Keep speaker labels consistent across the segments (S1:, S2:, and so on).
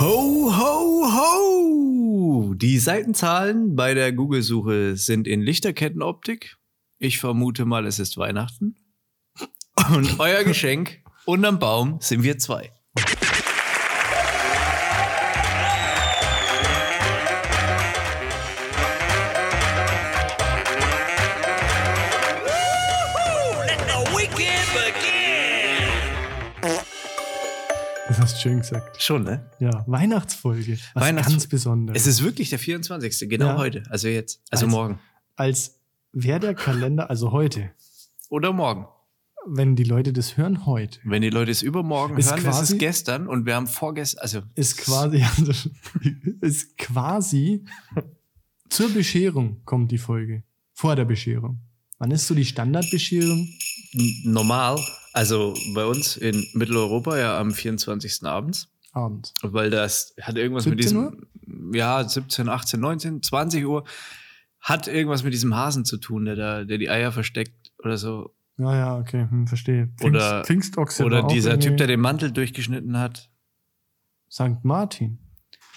S1: Ho, ho, ho! Die Seitenzahlen bei der Google-Suche sind in Lichterkettenoptik. Ich vermute mal, es ist Weihnachten. Und euer Geschenk unterm Baum sind wir zwei.
S2: Das hast du schön gesagt.
S1: Schon, ne?
S2: Ja, Weihnachtsfolge. Was
S1: Weihnachts-
S2: ganz Besonderes.
S1: Es ist wirklich der 24. Genau
S2: Ja.
S1: heute. Also jetzt. Also,
S2: Also-
S1: morgen.
S2: Als wäre der Kalender, also heute,
S1: Oder morgen.
S2: wenn die Leute das hören heute,
S1: Wenn die Leute es übermorgen
S2: Ist
S1: hören, ist
S2: quasi-
S1: es gestern und wir haben vorgestern. Also,
S2: ist quasi, also, ist quasi zur Bescherung kommt die Folge. Vor der Bescherung. Wann ist so die Standardbescherung?
S1: n- normal. Also bei uns in Mitteleuropa ja am 24. abends.
S2: Abends.
S1: Weil das hat irgendwas mit
S2: 17
S1: diesem, ja, 17, 18, 19, 20 Uhr, hat irgendwas mit diesem Hasen zu tun, der da, der die Eier versteckt oder so.
S2: Ja, ja, okay, hm, verstehe. Pfingst,
S1: Oder-
S2: Pfingstochse
S1: oder
S2: war auch
S1: dieser Typ, der
S2: irgendwie
S1: den Mantel durchgeschnitten hat.
S2: St. Martin.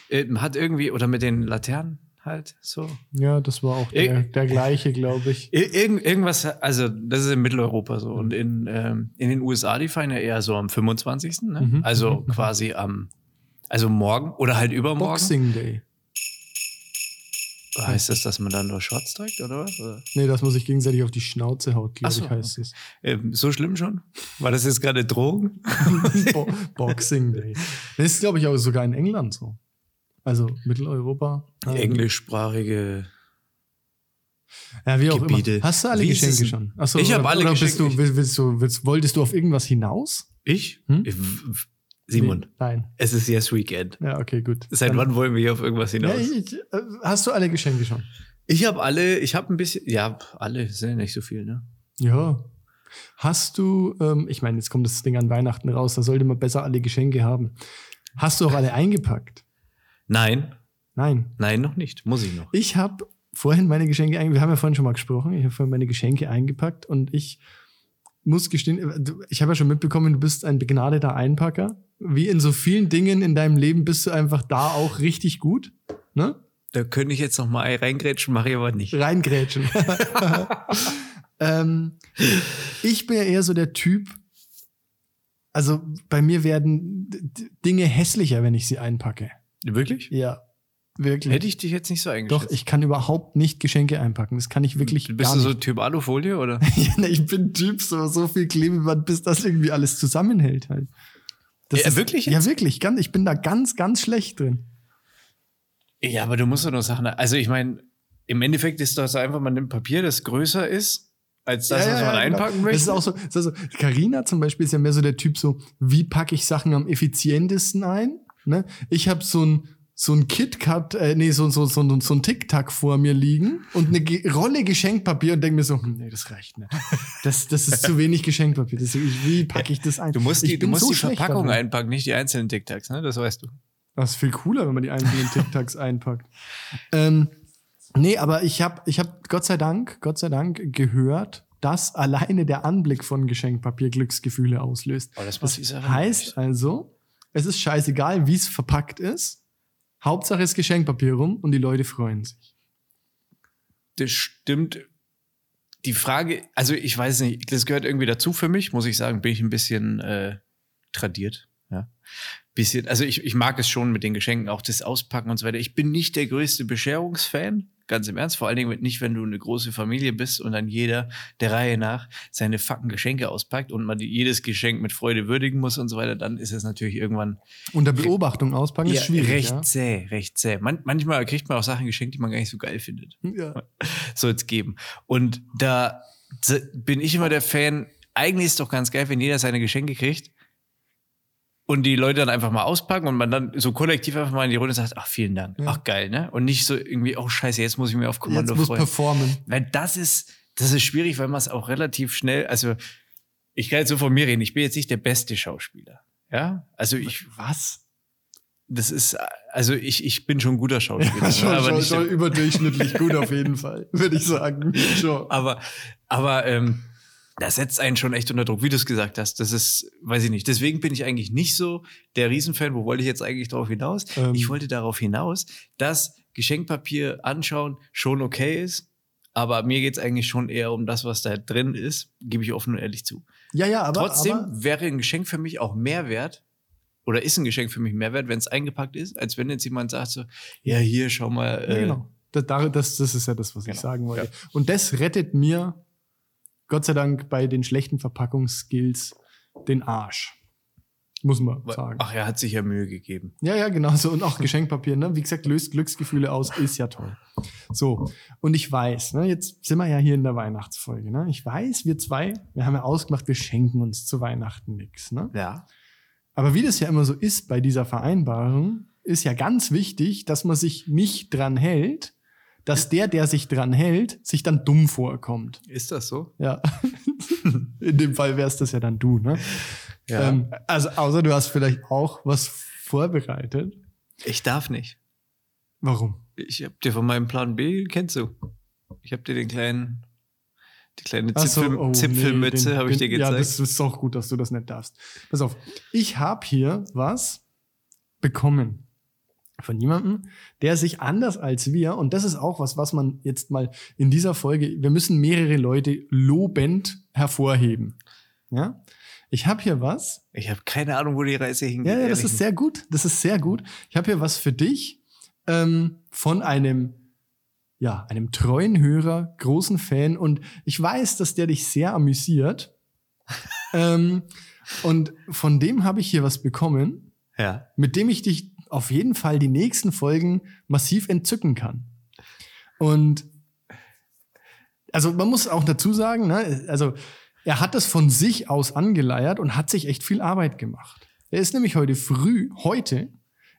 S1: Äh, Hat irgendwie, oder mit den Laternen halt so.
S2: Ja, das war auch der,
S1: Ir-
S2: der gleiche, glaube ich.
S1: Ir irgend- irgendwas, also das ist in Mitteleuropa so. Und in, ähm, in den USA, die feiern ja eher so am 25. Ne?
S2: Mhm.
S1: Also
S2: Mhm.
S1: quasi am, also morgen oder halt übermorgen.
S2: Boxing Day.
S1: Heißt das, dass man dann nur Shorts trägt oder was? Oder?
S2: Nee, dass man sich gegenseitig auf die Schnauze haut,
S1: Ach
S2: glaube
S1: so,
S2: ich, heißt es.
S1: Ähm, so schlimm schon? War das jetzt gerade Drogen?
S2: Bo Boxing Day. Das ist, glaube ich, auch sogar in England so. Also Mitteleuropa.
S1: Mhm.
S2: ähm,
S1: Englischsprachige.
S2: Ja, wie auch
S1: Gebiete.
S2: immer. Hast du alle
S1: Wie ist es
S2: Geschenke
S1: denn?
S2: schon? Achso,
S1: Ich hab
S2: oder-
S1: alle
S2: oder Bist
S1: Geschenke.
S2: du, willst, willst du, willst, wolltest du auf irgendwas hinaus?
S1: Ich?
S2: Hm?
S1: W- w- Simon,
S2: Nee, nein.
S1: es ist yes Weekend.
S2: Ja, okay, gut.
S1: Seit
S2: Dann-
S1: wann wollen wir hier auf irgendwas hinaus?
S2: Ja,
S1: ich
S2: ich, ich, äh, hast du alle Geschenke schon?
S1: habe alle, ich habe ein bisschen, ja, alle sind ja nicht so viel, ne?
S2: Ja. Hast du, ähm, ich meine, jetzt kommt das Ding an Weihnachten raus, da sollte man besser alle Geschenke haben. Hast du auch alle eingepackt?
S1: Nein,
S2: Nein.
S1: nein, noch nicht. Muss ich noch.
S2: Ich habe vorhin meine Geschenke eingepackt. Wir haben ja vorhin schon mal gesprochen. Ich habe vorhin meine Geschenke eingepackt und ich muss gestehen, äh, du- ich habe ja schon mitbekommen, du bist ein begnadeter Einpacker. Wie in so vielen Dingen in deinem Leben bist du einfach da auch richtig gut. Ne?
S1: Da könnte ich jetzt noch mal reingrätschen, mache ich aber nicht.
S2: Reingrätschen. ähm, ich bin ja eher so der Typ, also bei mir werden d- d- Dinge hässlicher, wenn ich sie einpacke.
S1: Wirklich?
S2: Ja, wirklich.
S1: Hätte ich dich jetzt nicht so eingeschätzt.
S2: Doch, ich kann überhaupt nicht Geschenke einpacken. Das kann ich wirklich
S1: Bist
S2: gar
S1: du
S2: nicht.
S1: so Typ Alufolie oder?
S2: Ja, ne, ich bin Typ, so, so viel Klebeband, bis das irgendwie alles zusammenhält halt.
S1: Ja, wirklich
S2: Ja, wirklich. Ganz, ich bin da ganz, ganz schlecht drin.
S1: Ja, aber du musst doch noch Sachen. Also ich meine, im Endeffekt ist das einfach, man nimmt Papier, das größer ist als das,
S2: ja,
S1: was
S2: ja,
S1: man
S2: ja, genau.
S1: einpacken
S2: Das
S1: möchte.
S2: ist auch so. Das ist also, Carina zum Beispiel ist ja mehr so der Typ, so, wie packe ich Sachen am effizientesten ein? Ne? Ich habe so ein so ein KitKat, äh, nee, so, so, so, so ein Tic-Tac vor mir liegen und eine Ge Rolle Geschenkpapier und denke mir so, hm, nee, das reicht nicht. Das, das ist zu wenig Geschenkpapier. Das, wie packe ich das ein?
S1: Du musst
S2: Ich
S1: die, du
S2: bin
S1: musst
S2: so
S1: die
S2: schlecht
S1: Verpackung
S2: darin.
S1: einpacken, nicht die einzelnen Tic-Tacs, ne? Das weißt du.
S2: Das ist viel cooler, wenn man die einzelnen Tic-Tacs einpackt. Ähm, nee, aber ich habe ich hab Gott sei Dank, Gott sei Dank gehört, dass alleine der Anblick von Geschenkpapier Glücksgefühle auslöst.
S1: Aber das
S2: Das heißt also, es ist scheißegal, wie es verpackt ist. Hauptsache ist Geschenkpapier rum und die Leute freuen sich.
S1: das stimmt. Die Frage, also ich weiß nicht, das gehört irgendwie dazu für mich, muss ich sagen, bin ich ein bisschen äh, tradiert. Ja. Bisschen, also ich, ich mag es schon mit den Geschenken, auch das Auspacken und so weiter. Ich bin nicht der größte Bescherungsfan, ganz im Ernst, vor allen Dingen mit- nicht, wenn du eine große Familie bist und dann jeder der Reihe nach seine fucking Geschenke auspackt und man die, jedes Geschenk mit Freude würdigen muss und so weiter, dann ist es natürlich irgendwann
S2: Unter Beobachtung auspacken
S1: ja,
S2: ist schwierig.
S1: recht
S2: ja?
S1: zäh, recht zäh. Man, manchmal kriegt man auch Sachen geschenkt, die man gar nicht so geil findet
S2: Ja.
S1: soll es geben. Und da z- bin ich immer der Fan, eigentlich ist es doch ganz geil, wenn jeder seine Geschenke kriegt und die Leute dann einfach mal auspacken und man dann so kollektiv einfach mal in die Runde sagt, ach, vielen Dank,
S2: Ja.
S1: ach, geil, ne? Und nicht so irgendwie, oh, scheiße, jetzt muss ich mir auf
S2: Jetzt
S1: Kommando
S2: muss
S1: freuen.
S2: performen.
S1: Weil das ist, das ist schwierig, weil man es auch relativ schnell, also ich kann jetzt so von mir reden, ich bin jetzt nicht der beste Schauspieler. Ja, also ich,
S2: Was?
S1: das ist, also ich, ich bin schon ein guter Schauspieler.
S2: Ja, schon,
S1: aber
S2: schon,
S1: nicht der
S2: schon
S1: Ah,
S2: überdurchschnittlich gut auf jeden Fall, würde ich sagen. Schon.
S1: Aber, aber ähm, das setzt einen schon echt unter Druck, wie du es gesagt hast. Das ist, weiß ich nicht. Deswegen bin ich eigentlich nicht so der Riesenfan. Wo wollte ich jetzt eigentlich drauf hinaus?
S2: Ähm.
S1: Ich wollte darauf hinaus, dass Geschenkpapier anschauen schon okay ist. Aber mir geht's eigentlich schon eher um das, was da drin ist, gebe ich offen und ehrlich zu.
S2: Ja, ja, aber.
S1: Trotzdem
S2: aber,
S1: wäre ein Geschenk für mich auch mehr wert oder ist ein Geschenk für mich mehr wert, wenn es eingepackt ist, als wenn jetzt jemand sagt so, ja hier, schau mal. Äh,
S2: ja, genau. Das, da- das, das ist ja das, was ich
S1: Genau,
S2: sagen wollte. Und das rettet mir, Gott sei Dank, bei den schlechten Verpackungsskills den Arsch. Muss man sagen.
S1: äh, Ach, er hat sich ja Mühe gegeben.
S2: Ja, ja, genau so. Und auch Geschenkpapier, ne? Wie gesagt, löst Glücksgefühle aus, ist ja toll. So, und ich weiß, ne, jetzt sind wir ja hier in der Weihnachtsfolge, ne? Ich weiß, wir zwei, wir haben ja ausgemacht, wir schenken uns zu Weihnachten nichts, ne?
S1: Ja.
S2: Aber wie das ja immer so ist bei dieser Vereinbarung, ist ja ganz wichtig, dass man sich nicht dran hält, dass der, der sich dran hält, sich dann dumm vorkommt.
S1: Ist das so?
S2: Ja. In dem Fall wär's das ja dann du, ne? Ähm, also, außer du hast vielleicht auch was vorbereitet.
S1: ich darf nicht.
S2: Warum?
S1: Ich hab dir von meinem Plan B, kennst du. Ich hab dir den kleinen, die kleine
S2: Ach so,
S1: Zipfel,
S2: oh, nee,
S1: Zipfelmütze,
S2: den-
S1: habe ich dir
S2: den-
S1: gezeigt.
S2: Ja, das ist auch gut, dass du das nicht darfst. Pass auf, ich habe hier was bekommen von jemandem, der sich anders als wir, und das ist auch was, was man jetzt mal in dieser Folge, wir müssen mehrere Leute lobend hervorheben. Ja? Ich habe hier was,
S1: ich habe keine Ahnung, wo die Reise hingeht.
S2: ja, ja, das
S1: ehrlich
S2: ist sehr gut. Das ist sehr gut. Ich habe hier was für dich ähm, von einem, ja, einem treuen Hörer, großen Fan. Und ich weiß, dass der dich sehr amüsiert. ähm, und von dem habe ich hier was bekommen,
S1: nicht. Ja.
S2: mit dem ich dich auf jeden Fall die nächsten Folgen massiv entzücken kann. Und also man muss auch dazu sagen, ne, also er hat das von sich aus angeleiert und hat sich echt viel Arbeit gemacht. Er ist nämlich heute früh, heute,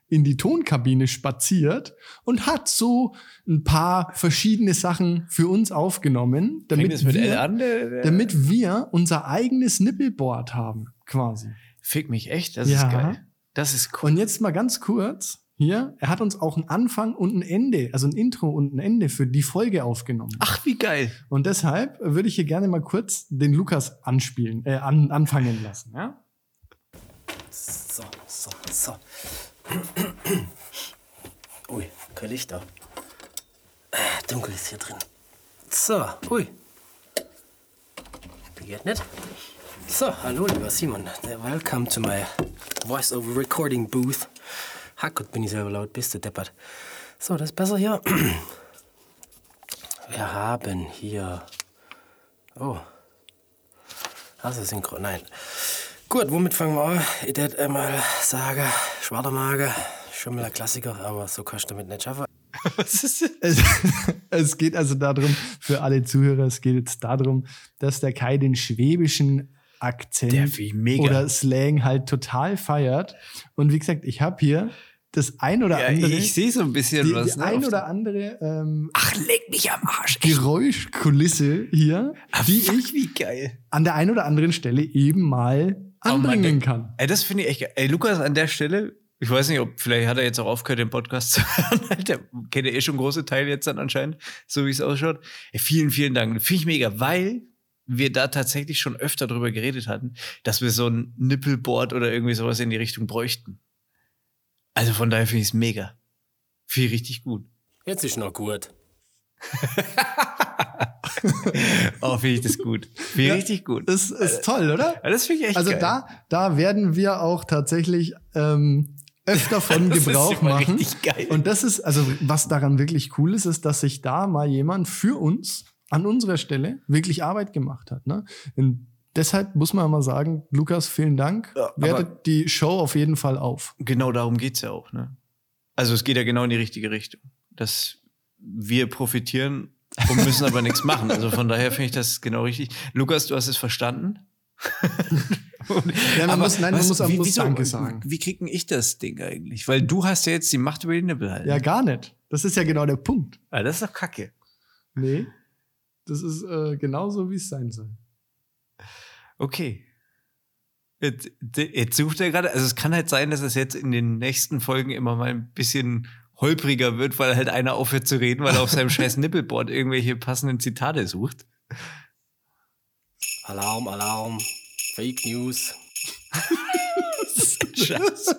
S2: in die Tonkabine spaziert und hat so ein paar verschiedene Sachen für uns aufgenommen,
S1: Fängt
S2: damit,
S1: es mit
S2: wir,
S1: L an? Der, der,
S2: damit wir unser eigenes Nippelboard haben, quasi.
S1: Fick mich echt, das
S2: Ja.
S1: ist geil. Das ist cool.
S2: Und jetzt mal ganz kurz hier, er hat uns auch einen Anfang und ein Ende, also ein Intro und ein Ende für die Folge aufgenommen.
S1: Ach, wie geil.
S2: Und deshalb würde ich hier gerne mal kurz den Lukas anspielen, äh, an, anfangen lassen. Ja?
S3: So, so, so. Ui, kein Licht da. Ah, Dunkel ist hier drin. So, ui. Geht nicht. So, hallo lieber Simon. Welcome to my Voice-Over Recording Booth. Hackgott, bin ich selber laut, bist du deppert. So, das ist besser hier. Wir haben hier... Oh. Also synchron, nein. Gut, womit fangen wir an? Ich hätte einmal sagen, schwarzer Magen, schon mal ein Klassiker, aber so kannst du damit nicht schaffen.
S1: Was ist das?
S2: Es, es geht also darum, für alle Zuhörer, es geht jetzt darum, dass der Kai den schwäbischen Akzent
S1: Der finde ich mega.
S2: oder Slang halt total feiert. Und wie gesagt, ich habe hier das ein oder
S1: Ja,
S2: andere,
S1: ich sehe so ein bisschen
S2: die,
S1: was.
S2: die
S1: ne,
S2: ein
S1: auf-
S2: oder andere ähm,
S1: Ach, leg mich am Arsch. Echt?
S2: Geräuschkulisse hier, die ich
S1: wie geil.
S2: an der einen oder anderen Stelle eben mal
S1: Oh Mann,
S2: anbringen
S1: der-
S2: kann.
S1: Ey, das finde ich echt geil. Ey, Lukas, an der Stelle, ich weiß nicht, ob vielleicht hat er jetzt auch aufgehört, den Podcast zu hören. Alter, kennt er eh schon große Teile jetzt dann anscheinend, so wie es ausschaut. Ey, vielen, vielen Dank. Finde ich mega, weil wir da tatsächlich schon öfter drüber geredet hatten, dass wir so ein Nippelboard oder irgendwie sowas in die Richtung bräuchten. Also von daher finde ich es mega. Viel richtig gut.
S3: Jetzt ist noch gut.
S1: Oh, finde ich das gut. Finde ich richtig gut.
S2: Das ist toll, oder?
S1: Ja, Das finde ich Äh, echt
S2: Also
S1: geil.
S2: da, da werden wir auch tatsächlich ähm, öfter von
S1: Das ist
S2: Gebrauch
S1: immer
S2: machen.
S1: richtig geil.
S2: Und das ist, also was daran wirklich cool ist, ist, dass sich da mal jemand für uns an unserer Stelle wirklich Arbeit gemacht hat. Ne? Und deshalb muss man mal sagen, Lukas, vielen Dank.
S1: Ja, aber-
S2: Wertet die Show auf jeden Fall auf.
S1: genau darum geht's ja auch. Ne? Also es geht ja genau in die richtige Richtung. Dass wir profitieren und müssen aber nichts machen. Also von daher finde ich das genau richtig. Lukas, du hast es verstanden. Und-
S2: Ja, man
S1: aber
S2: muss- nein, man
S1: was-
S2: muss- man
S1: wie-
S2: muss
S1: wieso-
S2: Danke sagen.
S1: Wie krieg denn ich das Ding eigentlich? Weil du hast ja jetzt die Macht über die Nippel halt.
S2: Ja, gar nicht. Das ist ja genau der Punkt.
S1: Ah, das ist doch kacke.
S2: Nee. Das ist äh, genauso, wie es sein soll.
S1: Okay. Jetzt, jetzt sucht er gerade, also es kann halt sein, dass es jetzt in den nächsten Folgen immer mal ein bisschen holpriger wird, weil halt einer aufhört zu reden, weil er auf seinem scheiß Nippelboard irgendwelche passenden Zitate sucht.
S3: Alarm, Alarm, Fake News.
S1: Schatz.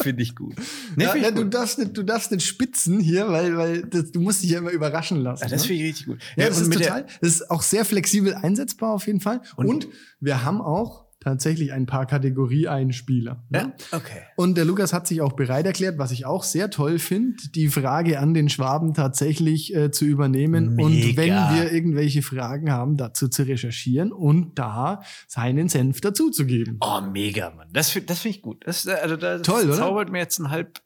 S1: Finde ich gut. Nee,
S2: Ja,
S1: find
S2: ja,
S1: ich
S2: du,
S1: gut.
S2: darfst nicht, du darfst nicht spitzen hier, weil, weil das, du musst dich ja immer überraschen lassen.
S1: Ah, das
S2: ne?
S1: finde ich richtig gut.
S2: Ja, das
S1: und
S2: ist
S1: mit der-
S2: total, das ist auch sehr flexibel einsetzbar auf jeden Fall.
S1: Und-
S2: Und, wir haben auch tatsächlich ein paar Kategorie-Einspieler. ne?
S1: ja? Okay.
S2: Und der Lukas hat sich auch bereit erklärt, was ich auch sehr toll finde, die Frage an den Schwaben tatsächlich äh, zu übernehmen und
S1: Mega.
S2: wenn wir irgendwelche Fragen haben, dazu zu recherchieren und da seinen Senf dazuzugeben.
S1: Oh, mega, Mann. Das finde das find ich gut. Das, äh, also, das
S2: Toll, oder?
S1: zaubert mir jetzt ein halb.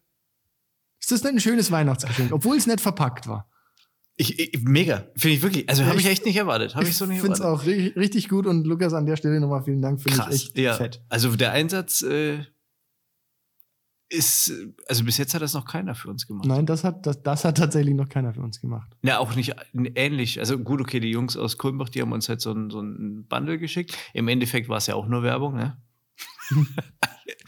S2: Ist das denn ein schönes Weihnachtsgeschenk, obwohl es nicht verpackt war?
S1: Ich, ich, mega. Finde ich wirklich. Also,
S2: Ja,
S1: habe ich
S2: ich-
S1: echt nicht erwartet. Habe ich, so nicht
S2: finde es
S1: erwartet.
S2: auch ri richtig gut und Lukas an der Stelle nochmal vielen Dank, finde ich echt
S1: ja.
S2: fett.
S1: Also, der Einsatz äh, ist. äh, Also, bis jetzt hat das noch keiner für uns gemacht.
S2: Nein, das hat, das, das hat tatsächlich noch keiner für uns gemacht.
S1: Na, auch nicht ähnlich. Also gut, okay, die Jungs aus Kulmbach, die haben uns halt so ein, so ein Bundle geschickt. Im Endeffekt war es ja auch nur Werbung, ne?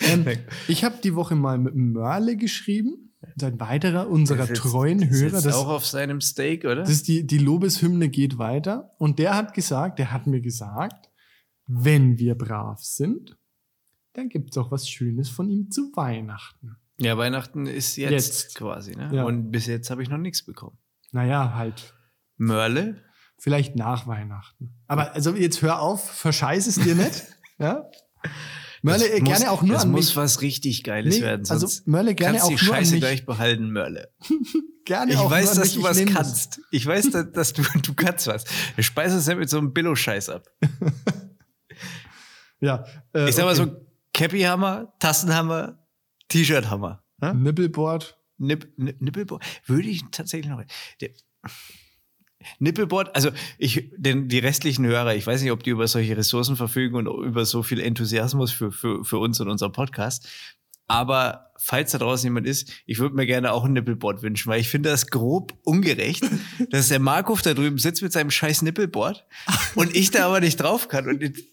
S2: Ähm, ich habe die Woche mal mit Mörle geschrieben, ein weiterer unserer treuen Hörer.
S1: Das
S2: das-
S1: auch auf seinem Steak, oder?
S2: Das ist die, die Lobeshymne geht weiter. Und der hat gesagt, der hat mir gesagt, wenn wir brav sind, dann gibt's auch was Schönes von ihm zu Weihnachten.
S1: ja, Weihnachten ist jetzt,
S2: Jetzt.
S1: quasi, ne?
S2: Ja.
S1: Und bis jetzt habe ich noch nichts bekommen.
S2: Naja, halt.
S1: Mörle?
S2: Vielleicht nach Weihnachten. Aber also jetzt hör auf, verscheiß es dir nicht. ja? Mörle,
S1: Das
S2: äh,
S1: muss-
S2: gerne auch nur
S1: Das
S2: an
S1: muss
S2: mich.
S1: was richtig Geiles
S2: Nee,
S1: werden, sonst
S2: also Mörle, gerne
S1: kannst
S2: auch
S1: die
S2: nur an
S1: Scheiße
S2: mich.
S1: gleich behalten, Mörle.
S2: Gerne
S1: Ich
S2: auch
S1: weiß,
S2: nur an
S1: dass
S2: mich.
S1: du
S2: Ich
S1: was
S2: nehm das.
S1: kannst. Ich weiß, dass, dass du, du kannst was. Ich speise es ja mit so einem Billo-Scheiß ab.
S2: Ja, äh,
S1: Ich sag mal
S2: okay.
S1: so, Cappyhammer, Tassenhammer, T-Shirt-Hammer. ne?
S2: Nippelboard.
S1: Nipp, Nipp, Nippelboard. Würde ich tatsächlich noch. Der, Nippelboard, also ich, denn die restlichen Hörer, ich weiß nicht, ob die über solche Ressourcen verfügen und über so viel Enthusiasmus für, für, für uns und unseren Podcast. Aber falls da draußen jemand ist, ich würde mir gerne auch ein Nippelboard wünschen, weil ich finde das grob ungerecht, dass der Markov da drüben sitzt mit seinem scheiß Nippelboard und ich da aber nicht drauf kann. Und ich,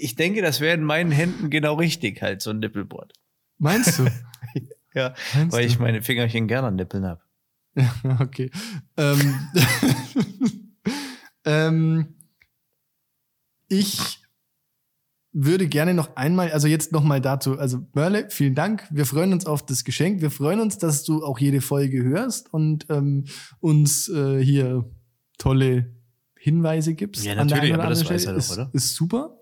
S1: ich denke, das wäre in meinen Händen genau richtig, halt so ein Nippelboard.
S2: Meinst du?
S1: Ja,
S2: Meinst
S1: weil
S2: du?
S1: ich meine Fingerchen gerne an Nippeln habe.
S2: Ja, okay. Ähm, ähm, ich würde gerne noch einmal, also jetzt nochmal dazu, also Merle, vielen Dank. Wir freuen uns auf das Geschenk. Wir freuen uns, dass du auch jede Folge hörst und ähm, uns äh, hier tolle Hinweise gibst.
S1: Ja,
S2: an der
S1: natürlich,
S2: einen oder
S1: aber das
S2: anderen
S1: weiß
S2: Stelle.
S1: er doch,
S2: ist,
S1: oder?
S2: Ist super.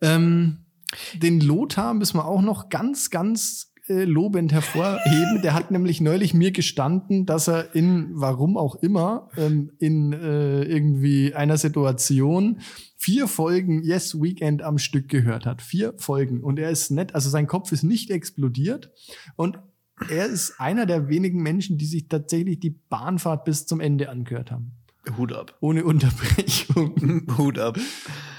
S2: Ähm, den Lothar müssen wir auch noch ganz, ganz äh, lobend hervorheben. Der hat nämlich neulich mir gestanden, dass er in, warum auch immer, ähm, in äh, irgendwie einer Situation vier Folgen Yes Weekend am Stück gehört hat. Vier Folgen. Und er ist nett, also sein Kopf ist nicht explodiert. Und er ist einer der wenigen Menschen, die sich tatsächlich die Bahnfahrt bis zum Ende angehört haben.
S1: Hut ab.
S2: Ohne Unterbrechung.
S1: Hut ab.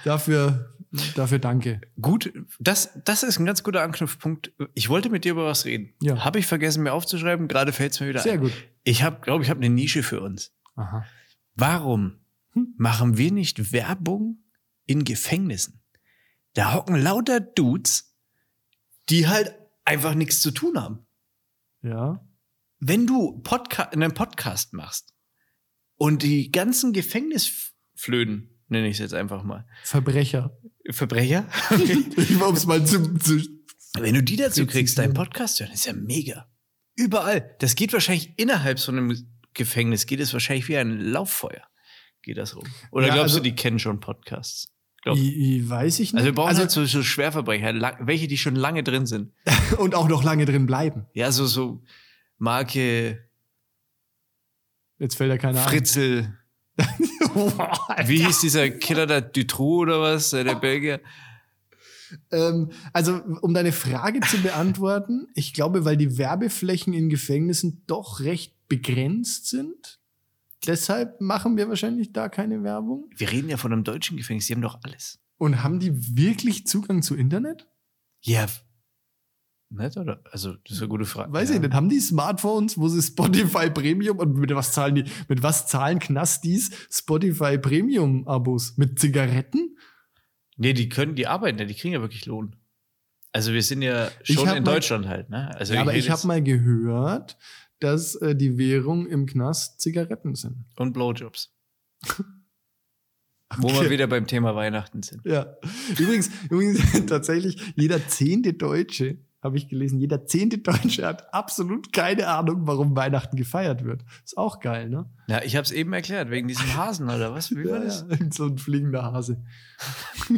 S2: Dafür, dafür danke.
S1: Gut, das, das ist ein ganz guter Anknüpfpunkt. Ich wollte mit dir über was reden.
S2: Ja.
S1: Habe ich vergessen, mir aufzuschreiben. Gerade fällt es mir wieder
S2: Sehr
S1: ein.
S2: gut.
S1: Ich habe, glaube ich, habe eine Nische für uns.
S2: Aha.
S1: Warum
S2: Hm.
S1: machen wir nicht Werbung in Gefängnissen? Da hocken lauter Dudes, die halt einfach nichts zu tun haben.
S2: Ja.
S1: wenn du Podca einen Podcast machst und die ganzen Gefängnisflöden, nenne ich es jetzt einfach mal,
S2: Verbrecher.
S1: Verbrecher,
S2: um es mal zu, zu.
S1: wenn du die dazu kriegst, deinen Podcast zu hören, ist ja mega. Überall. Das geht wahrscheinlich innerhalb so einem Gefängnis, geht es wahrscheinlich wie ein Lauffeuer. Geht das rum? Oder
S2: Ja,
S1: glaubst
S2: also-
S1: du, die kennen schon Podcasts? Glaub-
S2: I, I, weiß ich nicht.
S1: Also wir brauchen halt so, so Schwerverbrecher, lang, welche, die schon lange drin sind.
S2: und auch noch lange drin bleiben.
S1: Ja, so, so Marke
S2: Jetzt fällt ja keiner
S1: Fritzel.
S2: ein. Wow.
S1: Wie hieß dieser Killer da? Dutroux oder was? Der der Belgier?
S2: ähm, also, um deine Frage zu beantworten, ich glaube, weil die Werbeflächen in Gefängnissen doch recht begrenzt sind. Deshalb machen wir wahrscheinlich da keine Werbung.
S1: Wir reden ja von einem deutschen Gefängnis, die haben doch alles.
S2: Und haben die wirklich Zugang zu Internet?
S1: Ja. Nett, oder? Also, das ist eine gute Frage.
S2: Weiß
S1: ja.
S2: ich nicht, haben die Smartphones, wo sie Spotify Premium und mit was zahlen die, mit was zahlen Knastis Spotify Premium Abos? Mit Zigaretten?
S1: Nee, die können, die arbeiten ja, die kriegen ja wirklich Lohn. Also, wir sind ja
S2: Ich
S1: schon
S2: hab
S1: in
S2: mal-
S1: Deutschland halt, ne? Also,
S2: ja, aber
S1: rede
S2: ich habe
S1: jetzt-
S2: mal gehört, dass äh, die Währung im Knast Zigaretten sind.
S1: Und Blowjobs. Wo wir wieder beim Thema Weihnachten sind.
S2: Ja. Übrigens, übrigens tatsächlich, jeder zehnte Deutsche, habe ich gelesen, jeder zehnte Deutsche hat absolut keine Ahnung, warum Weihnachten gefeiert wird. Ist auch geil, ne?
S1: Ja, ich habe es eben erklärt, wegen diesem Hasen oder was? Wie war
S2: Ja,
S1: das?
S2: ja, So ein fliegender Hase.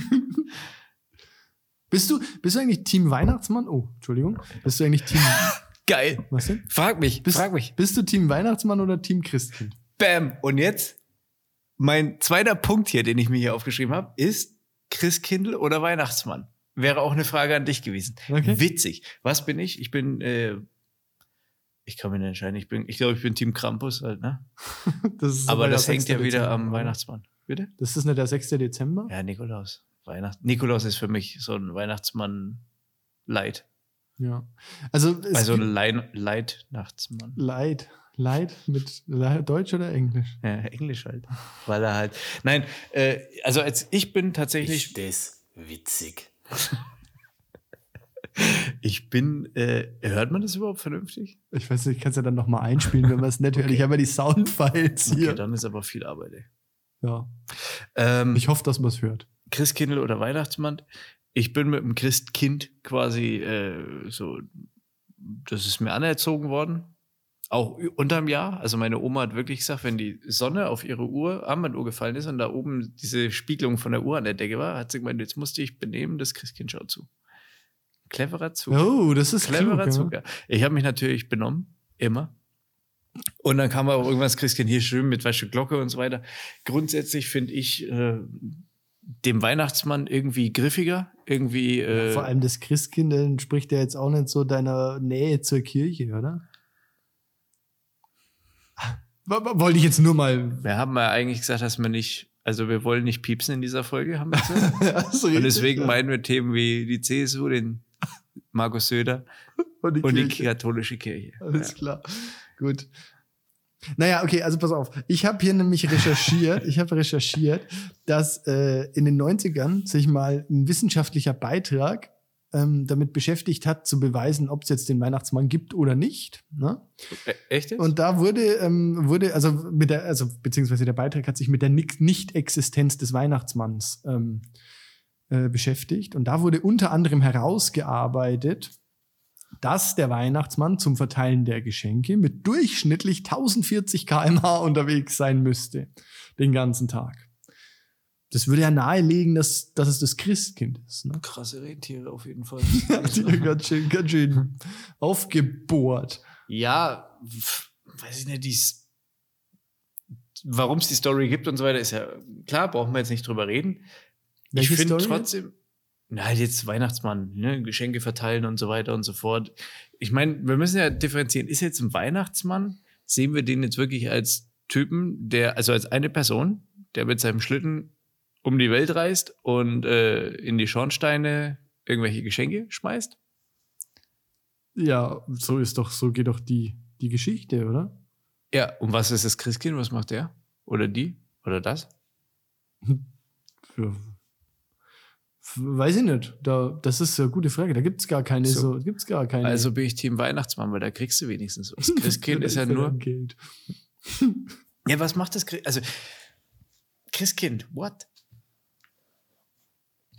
S2: bist, du, bist du eigentlich Team Weihnachtsmann? Oh, Entschuldigung. Bist du eigentlich Team.
S1: Geil.
S2: Was denn?
S1: Frag mich,
S2: Bist,
S1: frag mich.
S2: Bist du Team Weihnachtsmann oder Team Christkind?
S1: Bam. Und jetzt mein zweiter Punkt hier, den ich mir hier aufgeschrieben habe, ist Christkindl oder Weihnachtsmann. Wäre auch eine Frage an dich gewesen.
S2: Okay.
S1: Witzig. Was bin ich? Ich bin, äh, ich kann mir nicht entscheiden. Ich bin, ich glaube, ich bin Team Krampus halt, ne?
S2: Das ist
S1: Aber
S2: der
S1: das hängt
S2: 6.
S1: ja wieder
S2: Dezember,
S1: am
S2: oder?
S1: Weihnachtsmann. Bitte?
S2: Das ist nicht der 6. Dezember?
S1: Ja, Nikolaus. Weihnacht Nikolaus ist für mich so ein Weihnachtsmann-Light.
S2: Ja. Also, es
S1: Also
S2: gibt-
S1: ein Lein- Leitnachtsmann.
S2: Leid. Leid mit Le Deutsch oder Englisch?
S1: Ja, Englisch halt. Weil er halt. Nenein, äh, also als ich bin
S3: Ich
S1: tatsächlich.
S3: das witzig.
S1: Ich bin. Äh, hört man das überhaupt vernünftig?
S2: Ich weiß nicht, ich kann es ja dann nochmal einspielen, wenn man es nicht hört. Ich habe ja die Soundfiles
S1: Okay,
S2: hier.
S1: dann ist aber viel Arbeit, ey.
S2: ja.
S1: Ähm,
S2: Ich hoffe, dass man es hört.
S1: Christkindl oder Weihnachtsmann. Ich bin mit dem Christkind quasi äh, so, das ist mir anerzogen worden. Auch ü- unterm Jahr. Also meine Oma hat wirklich gesagt, wenn die Sonne auf ihre Uhr, Armbanduhr gefallen ist und da oben diese Spiegelung von der Uhr an der Decke war, hat sie gemeint, jetzt musste ich benehmen, das Christkind schaut zu. Cleverer Zug.
S2: Oh, das ist
S1: Cleverer
S2: klug,
S1: Zucker. Ich habe mich natürlich benommen, immer. Und dann kam aber auch irgendwann das Christkind hier schön mit weiße Glocke und so weiter. Grundsätzlich finde ich äh, dem Weihnachtsmann irgendwie griffiger, irgendwie.
S2: Ja.
S1: Äh,
S2: Vor allem das Christkind äh, entspricht ja jetzt auch nicht so deiner Nähe zur Kirche, oder? W- w- Wollte ich jetzt nur mal.
S1: wir haben ja eigentlich gesagt, dass wir nicht, also wir wollen nicht piepsen in dieser Folge, haben wir gesagt.
S2: Also
S1: Und deswegen meinen wir Themen wie die CSU, den Markus Söder
S2: und
S1: und die katholische Kirche.
S2: Alles klar. Gut. Naja, okay, also pass auf. Ich habe hier nämlich recherchiert, ich habe recherchiert, dass äh, in den 90ern sich mal ein wissenschaftlicher Beitrag ähm, damit beschäftigt hat, zu beweisen, ob es jetzt den Weihnachtsmann gibt oder nicht. Ne?
S1: Ja. E- Echt jetzt?
S2: Und da wurde, ähm, wurde also mit der, also beziehungsweise der Beitrag hat sich mit der Nic- Nicht-Existenz des Weihnachtsmanns ähm, äh, beschäftigt. Und da wurde unter anderem herausgearbeitet, dass der Weihnachtsmann zum Verteilen der Geschenke mit durchschnittlich 1040 km/h unterwegs sein müsste. Den ganzen Tag. Das würde ja nahelegen, dass, dass es das Christkind ist. Ne?
S1: Krasse Rentiere auf jeden Fall.
S2: Habt ihr ganz schön, ganz schön aufgebohrt.
S1: ja, pf, weiß ich nicht, die warum es die Story gibt und so weiter, ist ja klar, brauchen wir jetzt nicht drüber reden.
S2: Welche
S1: ich finde
S2: Story?
S1: trotzdem, na, halt jetzt Weihnachtsmann, ne, Geschenke verteilen und so weiter und so fort. Ich meine, wir müssen ja differenzieren, ist jetzt ein Weihnachtsmann, sehen wir den jetzt wirklich als Typen, der, also als eine Person, der mit seinem Schlitten um die Welt reist und äh, in die Schornsteine irgendwelche Geschenke schmeißt?
S2: Ja, so ist doch, so geht doch die, die Geschichte, oder?
S1: Ja, und was ist das Christkind? Was macht der? Oder die? Oder das?
S2: Für, weiß ich nicht. Da, das ist eine gute Frage. Da gibt's gar keine,
S1: So.
S2: so, gibt's gar keine.
S1: Also bin ich Team Weihnachtsmann, weil da kriegst du wenigstens was. Christkind ist ja
S2: Für
S1: nur.
S2: dein Geld.
S1: Ja, was macht das Christ? Also, Christkind, what?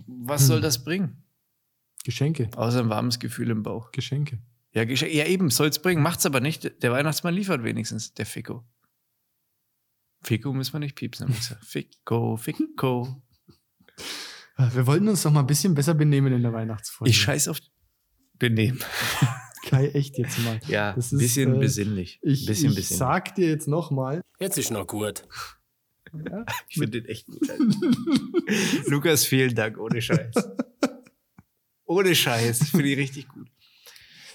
S1: Was soll
S2: Hm.
S1: das bringen?
S2: Geschenke.
S1: Außer ein warmes Gefühl im Bauch.
S2: Geschenke.
S1: Ja, Gesch- ja eben, soll's bringen, macht's aber nicht. Der Weihnachtsmann liefert wenigstens, der Fico. Fico müssen wir nicht piepsen. haben wir gesagt. Fico, Fico.
S2: Ah, Wir wollten uns doch mal ein bisschen besser benehmen in der Weihnachtsfolge.
S1: Ich scheiß auf Benehmen.
S2: Kai, echt jetzt mal.
S1: Ja,
S2: Das ist,
S1: bisschen
S2: äh,
S1: besinnlich.
S2: Ich,
S1: bisschen
S2: ich
S1: besinnlich.
S2: sag dir jetzt nochmal.
S3: Jetzt ist noch gut.
S2: Ja,
S1: Ich finde den echt gut. Alter. Lukas, vielen Dank, ohne Scheiß. Ohne Scheiß, finde ich richtig gut.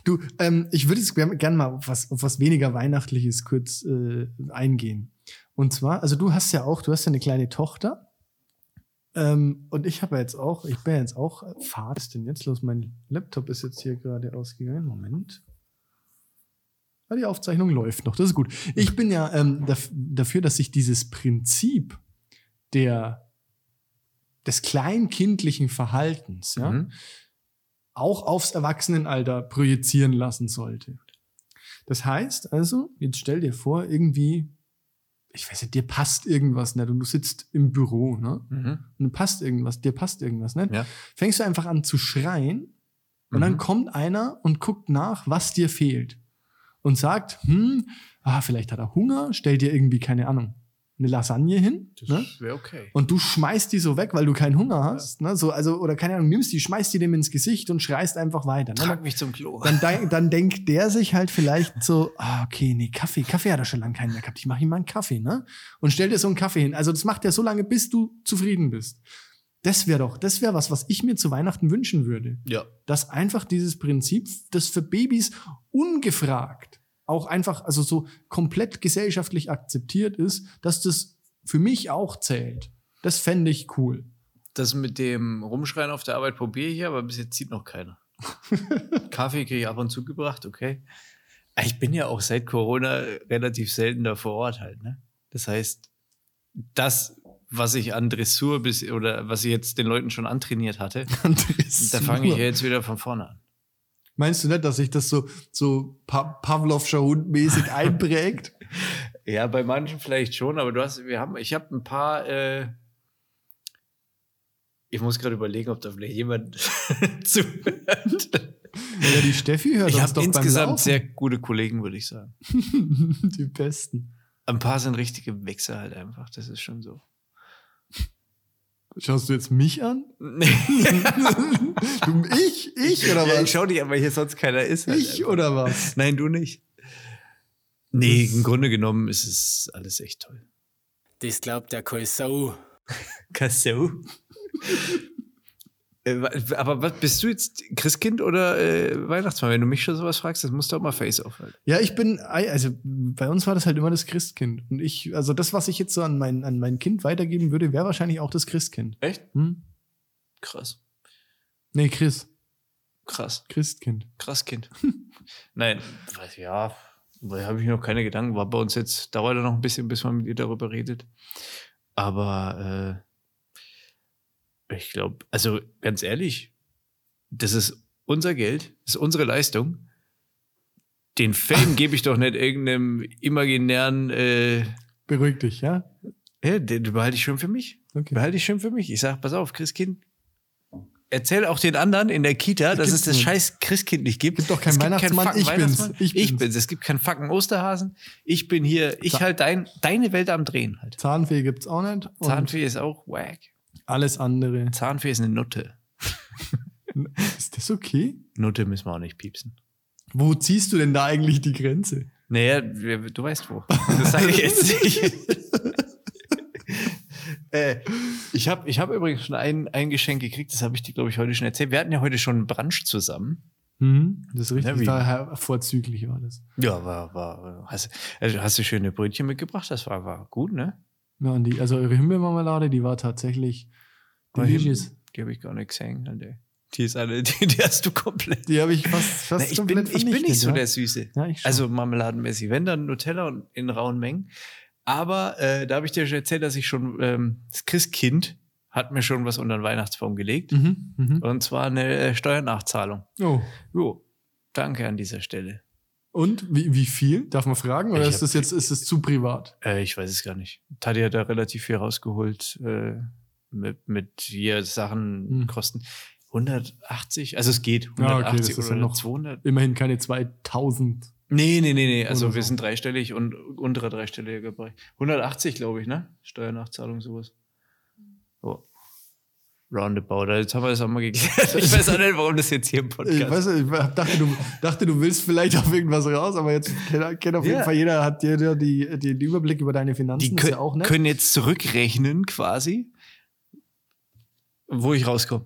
S2: Du, ähm, ich würde jetzt gerne mal auf was, auf was weniger Weihnachtliches kurz äh, eingehen. Und zwar, also du hast ja auch, du hast ja eine kleine Tochter. Ähm, und ich habe ja jetzt auch, ich bin ja jetzt auch, äh, Fahrt ist denn jetzt los? Mein Laptop ist jetzt hier gerade ausgegangen. Moment. Ja, die Aufzeichnung läuft noch, das ist gut. Ich bin ja ähm, daf dafür, dass sich dieses Prinzip der, des kleinkindlichen Verhaltens, ja,
S1: Mhm.
S2: auch aufs Erwachsenenalter projizieren lassen sollte. Das heißt also, jetzt stell dir vor, irgendwie ich weiß nicht, dir passt irgendwas nicht und du sitzt im Büro, ne?
S1: Mhm.
S2: Und passt irgendwas, dir passt irgendwas nicht.
S1: Ja.
S2: Fängst du einfach an zu schreien und
S1: Mhm.
S2: dann kommt einer und guckt nach, was dir fehlt. Und sagt, hm, ah, vielleicht hat er Hunger, stell dir irgendwie, keine Ahnung, eine Lasagne hin. Ne?
S1: wäre okay.
S2: Und du schmeißt die so weg, weil du keinen Hunger hast. Ne? So, also, oder keine Ahnung, nimmst die, schmeißt die dem ins Gesicht und schreist einfach weiter. Ne?
S1: Trag mich zum Klo.
S2: Dann, dei- dann denkt der sich halt vielleicht so, ah, okay, nee, Kaffee, Kaffee hat er schon lange keinen mehr gehabt. Ich mache ihm mal einen Kaffee, ne? Und stell dir so einen Kaffee hin. Also das macht er so lange, bis du zufrieden bist. Das wäre doch, das wäre was, was ich mir zu Weihnachten wünschen würde.
S1: ja.
S2: Dass einfach dieses Prinzip, das für Babys ungefragt auch einfach, also so komplett gesellschaftlich akzeptiert ist, dass das für mich auch zählt. Das fände ich cool.
S1: Das mit dem Rumschreien auf der Arbeit probiere ich, aber bis jetzt zieht noch keiner. Kaffee kriege ich ab und zu gebracht, okay. Ah, Ich bin ja auch seit Corona relativ selten da vor Ort halt. Ne? Das heißt, das, was ich an Dressur bis oder was ich jetzt den Leuten schon antrainiert hatte, da fange ich ja jetzt wieder von vorne an.
S2: Meinst du nicht, dass sich das so, so pa Pavlovscher Hund-mäßig einprägt?
S1: Ja, bei manchen vielleicht schon, aber du hast, wir haben, ich habe ein paar. Äh, ich muss gerade überlegen, ob da vielleicht jemand zuhört.
S2: ja, die Steffi hört
S1: Ich
S2: uns
S1: habe
S2: doch
S1: insgesamt
S2: beim
S1: sehr gute Kollegen, würde ich sagen.
S2: Laufen. die Besten.
S1: Ein paar sind richtige Wichser halt einfach, das ist schon so.
S2: Schaust du jetzt mich an? Du, ich? Ich oder
S1: Ja,
S2: was?
S1: ich schau dich an, weil hier sonst keiner ist. halt
S2: ich
S1: einfach.
S2: oder was?
S1: Nein, du nicht. Nee,
S2: Das-
S1: im Grunde genommen ist es alles echt toll.
S3: Das glaubt ja keine Sau.
S1: Kassau. Äh, Aber was bist du jetzt Christkind oder äh, Weihnachtsmann? Wenn du mich schon sowas fragst, das muss doch mal Face-Off halt.
S2: Ja, ich bin, also bei uns war das halt immer das Christkind. Und ich, also das, was ich jetzt so an mein, an mein Kind weitergeben würde, wäre wahrscheinlich auch das Christkind.
S1: Echt?
S2: Hm?
S1: Krass.
S2: Nee, Chris.
S1: Krass.
S2: Christkind.
S1: Krass, Kind. Nein, weiß ja, da habe ich mir noch keine Gedanken. War bei uns jetzt, dauert ja noch ein bisschen, bis man mit ihr darüber redet. Aber äh, ich glaube, also ganz ehrlich, das ist unser Geld, das ist unsere Leistung. Den Fame gebe ich doch nicht irgendeinem imaginären, äh,
S2: Beruhig dich, ja?
S1: ja, den behalte ich schon für mich.
S2: Okay.
S1: Behalte ich schön für mich. Ich sag, pass auf, Christkind. Erzähl auch den anderen in der Kita, dass
S2: gibt's
S1: es das
S2: nicht.
S1: scheiß Christkind nicht gibt.
S2: Gibt doch keinen
S1: Es keinen
S2: Weihnachtsmann,
S1: fucking
S2: ich bin's.
S1: Weihnachtsmann.
S2: Ich
S1: Ich,
S2: bin's.
S1: bin's. Es gibt keinen fucking Osterhasen. Ich bin hier. Ich
S2: Za-
S1: halt dein, deine Welt am Drehen halt.
S2: Zahnfee gibt's auch nicht. Und
S1: Zahnfee ist auch wack.
S2: Alles andere.
S1: Zahnfee ist eine Nutte.
S2: Ist das okay?
S1: Nutte müssen wir auch nicht piepsen.
S2: Wo ziehst du denn da eigentlich die Grenze?
S1: Naja, wir- du weißt wo. Das sage ich jetzt nicht. äh, ich habe ich hab übrigens schon ein, ein Geschenk gekriegt, das habe ich dir, glaube ich, heute schon erzählt. Wir hatten ja heute schon einen Brunch zusammen.
S2: Mhm, das ist richtig.
S1: Ja, wie?
S2: daher vorzüglich war das.
S1: Ja, war, war, hast, also hast du schöne Brötchen mitgebracht, das war, war gut, ne?
S2: Ja, und die, also eure Himbeermarmelade, die war tatsächlich
S1: Aber Himbe-
S2: delicious.
S1: Die habe ich gar nicht gesehen, Alter. Die ist alle, die, die hast du komplett.
S2: Die habe ich fast, fast
S1: Na, ich, bin, ich bin nicht so
S2: ne?
S1: der Süße.
S2: Ja, ich also,
S1: Also marmeladenmäßig, wenn dann Nutella und in rauen Mengen. Aber äh, da habe ich dir schon erzählt, dass ich schon, ähm, das Christkind hat mir schon was unter den Weihnachtsbaum gelegt.
S2: mhm, mhm.
S1: Und zwar eine äh, Steuernachzahlung.
S2: Oh.
S1: Jo, danke an dieser Stelle.
S2: Und wie, wie viel? Darf man fragen? Oder
S1: Ich
S2: ist
S1: hab-
S2: das jetzt ist das zu privat?
S1: Äh, ich weiß es gar nicht. Tati hat da relativ viel rausgeholt äh, mit, mit hier Sachen,
S2: Hm.
S1: Kosten. 180, also es geht.
S2: Ja, okay,
S1: 180
S2: das ist ja
S1: oder
S2: noch-
S1: 200.
S2: Immerhin keine 2000.
S1: Nee, nee, nee, nee. Also
S2: Oder
S1: wir
S2: so.
S1: sind dreistellig und unterer dreistelliger Bereich. 180, glaube ich, ne? Steuernachzahlung, sowas. Oh. Roundabout. Also Jetzt haben wir das auch mal geklärt. Ich weiß auch nicht, warum das jetzt hier im Podcast
S2: Ich weiß nicht, ich dachte Äh, du, dachte, du willst vielleicht auf irgendwas raus, aber jetzt kennt kennt auf jeden
S1: Ja.
S2: Fall jeder, hat jeder die, die, den Überblick über deine Finanzen.
S1: Die
S2: ist
S1: kö-
S2: ja auch nett.
S1: können jetzt zurückrechnen quasi, wo ich rauskomme.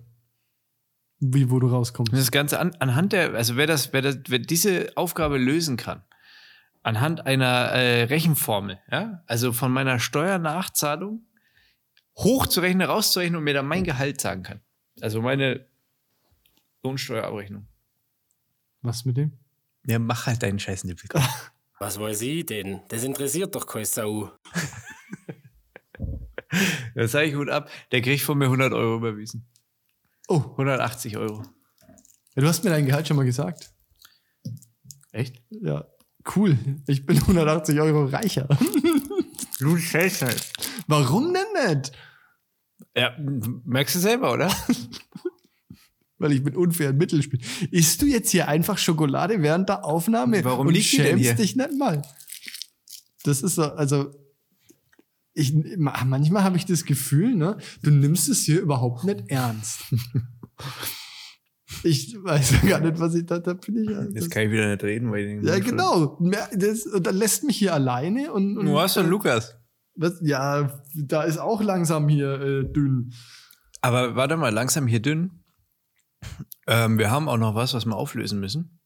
S2: Wie, wo du rauskommst.
S1: Das Ganze an, anhand der, also wer das, wer das, wer diese Aufgabe lösen kann, anhand einer äh, Rechenformel, ja, also von meiner Steuernachzahlung hochzurechnen, rauszurechnen und mir dann mein Gehalt sagen kann. Also meine Lohnsteuerabrechnung.
S2: Was mit dem?
S1: Ja, mach halt deinen scheiß Nippel.
S3: Was weiß ich denn? Das interessiert doch keine Sau.
S1: Das sage ich gut ab. Der kriegt von mir 100 Euro überwiesen.
S2: Oh,
S1: 180 Euro.
S2: ja, du hast mir dein Gehalt schon mal gesagt.
S1: Echt?
S2: Ja, cool. Ich bin 180 Euro reicher.
S4: Du Scheiße.
S1: halt.
S2: Warum denn nicht?
S1: Ja, m- merkst du selber, oder?
S2: Weil ich mit unfairen Mitteln spiele. Isst du jetzt hier einfach Schokolade während der Aufnahme?
S1: Warum
S2: Und
S1: liegt die denn hier?
S2: dich nicht mal. Das ist so, also. Ich, ma- manchmal habe ich das Gefühl, ne, du nimmst es hier überhaupt nicht ernst. ich weiß ja gar nicht, was ich da, da bin ich.
S1: Jetzt kann ich wieder nicht reden, weil ich den
S2: ja,
S1: Mund
S2: genau. Mehr- Das, und dann lässt mich hier alleine und.
S1: voll-
S2: und
S1: Du hast schon Lukas.
S2: was, ja, da ist auch langsam hier äh, dünn.
S1: Aber warte mal, langsam hier dünn. Ähm, wir haben auch noch was, was wir auflösen müssen.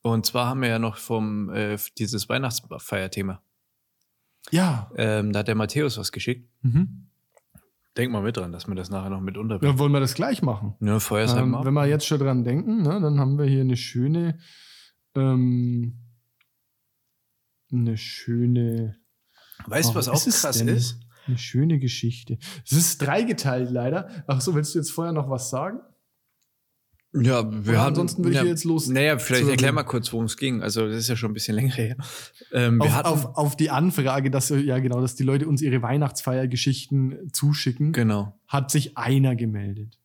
S1: Und zwar haben wir ja noch vom äh, dieses Weihnachtsfeierthema.
S2: Ja. mhm.
S1: Ähm, da hat der Matthäus was geschickt. Denk mal mit dran, dass wir das nachher noch mit unterbringen.
S2: Dann wollen wir das gleich machen.
S1: Ne, Feuer ist halt
S2: Ähm,
S1: mal ab.
S2: wenn wir jetzt schon dran denken, ne, dann haben wir hier eine schöne, ähm, eine schöne,
S1: Weißt du, was
S2: Warum
S1: auch
S2: Oh, ist es
S1: krass
S2: denn?
S1: ist?
S2: eine schöne Geschichte. Es ist dreigeteilt leider. Ach so, willst du jetzt vorher noch was sagen?
S1: Ja,
S2: Oder ansonsten würde ich
S1: ja,
S2: hier jetzt los.
S1: Naja, vielleicht
S2: zu-
S1: erklär mal kurz, worum es ging. Also, das ist ja schon ein bisschen länger her. Ähm, wir
S2: Auf,
S1: hatten,
S2: auf, auf die Anfrage, dass ja genau, dass die Leute uns ihre Weihnachtsfeiergeschichten zuschicken,
S1: genau.
S2: hat sich einer gemeldet.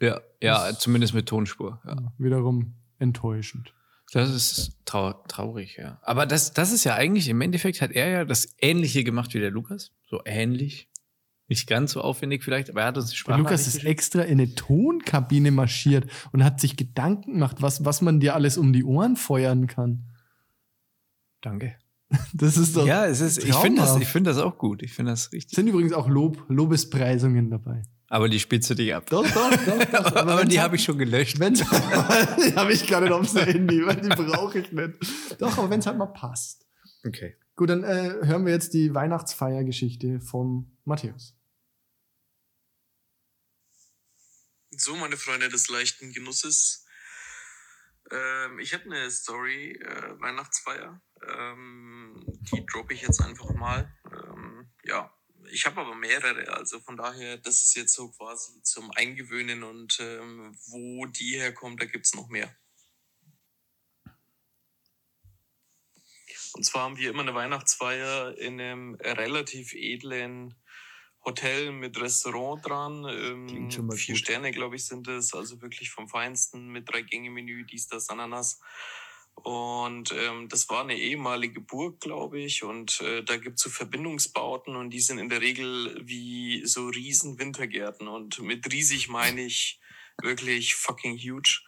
S1: Ja, ja
S2: Das-
S1: zumindest mit Tonspur. Ja.
S2: Wiederum enttäuschend.
S1: Das ist trau traurig, ja. Aber das, das ist ja eigentlich, im Endeffekt hat er ja das Ähnliche gemacht wie der Lukas. So ähnlich. Nicht ganz so aufwendig vielleicht, aber er hat uns die
S2: Der
S1: Sprache.
S2: Lukas ist extra in eine Tonkabine marschiert und hat sich Gedanken gemacht, was, was man dir alles um die Ohren feuern kann.
S1: Danke.
S2: Das ist doch.
S1: Ja, es ist, ich finde das,
S2: traumhaft.
S1: ich finde das auch gut. Ich finde das richtig.
S2: Sind übrigens auch Lob, Lobespreisungen dabei.
S1: Aber die spielst du dich ab.
S2: Doch, doch, doch. doch.
S1: Aber, die habe ich schon gelöscht.
S2: Wenn habe halt ich gar nicht aufs Handy, weil die brauche ich nicht. Doch, aber wenn es halt mal passt.
S1: Okay.
S2: Gut, dann äh, hören wir jetzt die Weihnachtsfeiergeschichte von Matthäus.
S5: So, meine Freunde des leichten Genusses. Ähm, ich habe eine Story, äh, Weihnachtsfeier. Ähm, die droppe ich jetzt einfach mal. Ähm, ja, ich habe aber mehrere, also von daher, das ist jetzt so quasi zum Eingewöhnen und ähm, wo die herkommt, da gibt's noch mehr. Und zwar haben wir immer eine Weihnachtsfeier in einem relativ edlen Hotel mit Restaurant dran. Ähm,
S1: Klingt schon mal
S5: vier
S1: gut.
S5: Sterne, glaube ich, sind es. Also wirklich vom Feinsten mit drei Gänge-Menü, dies, das, Ananas. Und ähm, das war eine ehemalige Burg, glaube ich. Und äh, da gibt es so Verbindungsbauten und die sind in der Regel wie so riesen Wintergärten. Und mit riesig meine ich wirklich fucking huge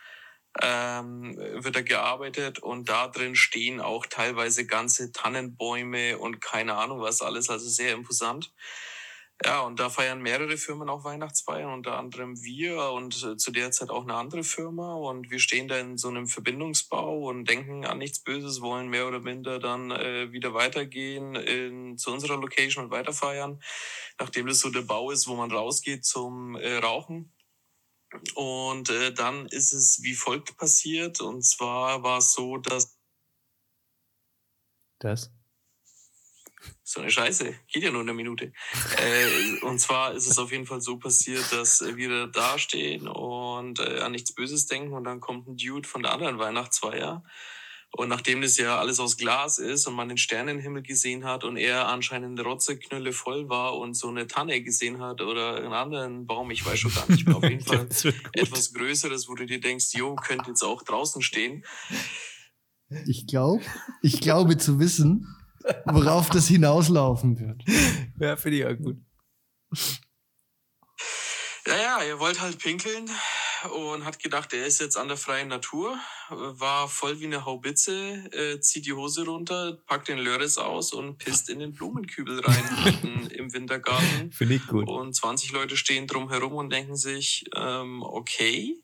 S5: ähm, wird da gearbeitet und da drin stehen auch teilweise ganze Tannenbäume und keine Ahnung was alles, also sehr imposant. Ja, und da feiern mehrere Firmen auch Weihnachtsfeiern, unter anderem wir und äh, zu der Zeit auch eine andere Firma. Und wir stehen da in so einem Verbindungsbau und denken an nichts Böses, wollen mehr oder minder dann äh, wieder weitergehen in, zu unserer Location und weiterfeiern, nachdem das so der Bau ist, wo man rausgeht zum äh, Rauchen. Und äh, dann ist es wie folgt passiert. Und zwar war es so, dass.
S1: Das?
S5: So eine Scheiße, geht ja nur eine Minute. äh, und zwar ist es auf jeden Fall so passiert, dass äh, wir da dastehen und äh, an nichts Böses denken. Und dann kommt ein Dude von der anderen Weihnachtsfeier. Und nachdem das ja alles aus Glas ist und man den Sternenhimmel gesehen hat und er anscheinend Rotzeknülle voll war und so eine Tanne gesehen hat oder einen anderen Baum, ich weiß schon gar nicht mehr, auf jeden Fall
S1: Das wird gut.
S5: etwas Größeres, wo du dir denkst, jo, könnte jetzt auch draußen stehen.
S2: Ich glaube, ich glaube zu wissen, worauf das hinauslaufen wird.
S1: Ja, finde ich auch gut.
S5: Ja, ja, er wollte halt pinkeln und hat gedacht, er ist jetzt an der freien Natur, war voll wie eine Haubitze, äh, zieht die Hose runter, packt den Lörres aus und pisst in den Blumenkübel rein unten im Wintergarten.
S1: Finde ich gut.
S5: Und 20 Leute stehen drum herum und denken sich, ähm, okay,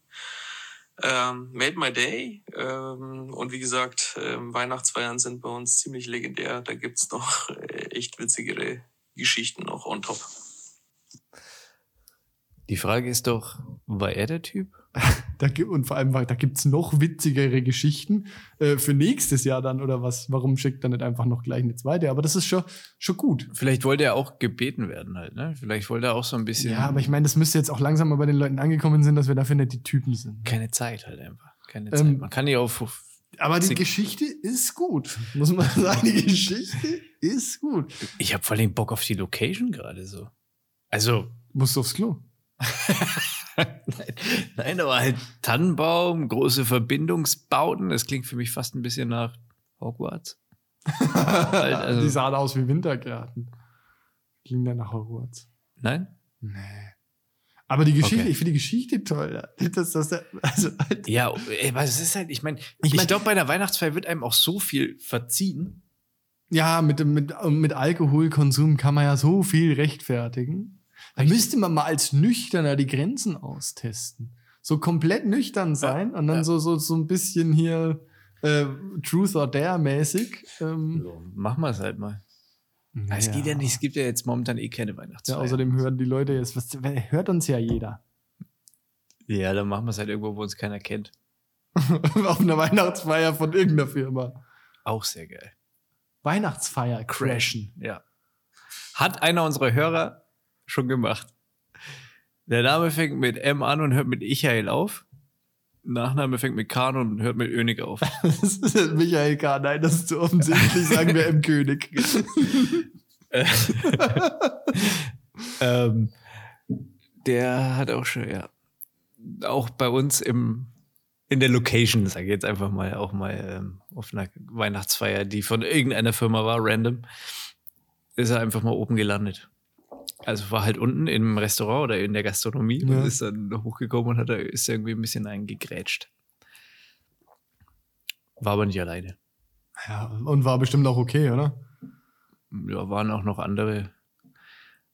S5: ähm, made my day. Ähm, und wie gesagt, ähm, Weihnachtsfeiern sind bei uns ziemlich legendär. Da gibt's noch äh, echt witzigere Geschichten noch on top.
S1: Die Frage ist doch, war er der Typ?
S2: Da, gi- und vor allem, da gibt's noch witzigere Geschichten äh, für nächstes Jahr dann oder was. Warum schickt er nicht einfach noch gleich eine zweite? Aber das ist schon, schon gut.
S1: Vielleicht wollte er auch gebeten werden halt, ne? Vielleicht wollte er auch so ein bisschen.
S2: Ja, aber ich meine, das müsste jetzt auch langsam mal bei den Leuten angekommen sein, dass wir dafür nicht die Typen sind.
S1: Keine Zeit halt einfach. Keine
S2: Ähm,
S1: Zeit. Man kann ja auf, auf
S2: Aber die
S1: Sie-
S2: Geschichte ist gut. Muss man sagen, die Geschichte ist gut.
S1: Ich habe vor allem Bock auf die Location gerade so. Also,
S2: Musst du aufs Klo.
S1: nein, nein, aber halt Tannenbaum, große Verbindungsbauten, das klingt für mich fast ein bisschen nach Hogwarts. also-
S2: Die sahen aus wie Wintergärten. Ging dann nach Hogwarts.
S1: Nein?
S2: Nee. Aber die Geschichte,
S1: Okay.
S2: ich finde die Geschichte toll. Das, das, das, also, halt-
S1: Ja, ey, aber es ist halt, ich meine, ich,
S2: Ich mein-
S1: glaube, bei einer Weihnachtsfeier wird einem auch so viel verziehen.
S2: ja, mit, dem- mit, äh, mit Alkoholkonsum kann man ja so viel rechtfertigen. Da müsste man mal als Nüchterner die Grenzen austesten. So komplett nüchtern sein und dann
S1: ja.
S2: so, so, so ein bisschen hier äh, Truth or Dare mäßig. Ähm,
S1: So, machen wir es halt mal.
S2: ja.
S1: Es geht ja nicht, es gibt ja jetzt momentan eh keine Weihnachtsfeier.
S2: Ja, außerdem hören die Leute jetzt, was, hört uns ja jeder.
S1: ja dann machen wir es halt irgendwo, wo uns keiner kennt.
S2: Auf einer Weihnachtsfeier von irgendeiner Firma.
S1: Auch sehr geil.
S2: Weihnachtsfeier crashen.
S1: Ja. Hat einer unserer Hörer schon gemacht. Der Name fängt mit M an und hört mit Ichael auf. Nachname fängt mit Kahn und hört mit Önig auf.
S2: Das ist jetzt Michael K. Nein, das ist zu offensichtlich, sagen wir M. König.
S1: ähm, der hat auch schon, ja, auch bei uns im, in der Location, sage ich jetzt einfach mal, auch mal ähm, auf einer Weihnachtsfeier, die von irgendeiner Firma war, random, ist er einfach mal oben gelandet. Also war halt unten im Restaurant oder in der Gastronomie
S2: Ja.
S1: und ist dann hochgekommen und hat da, ist irgendwie ein bisschen eingegrätscht. War aber nicht alleine.
S2: Ja, und war bestimmt auch okay, oder?
S1: Ja, waren auch noch andere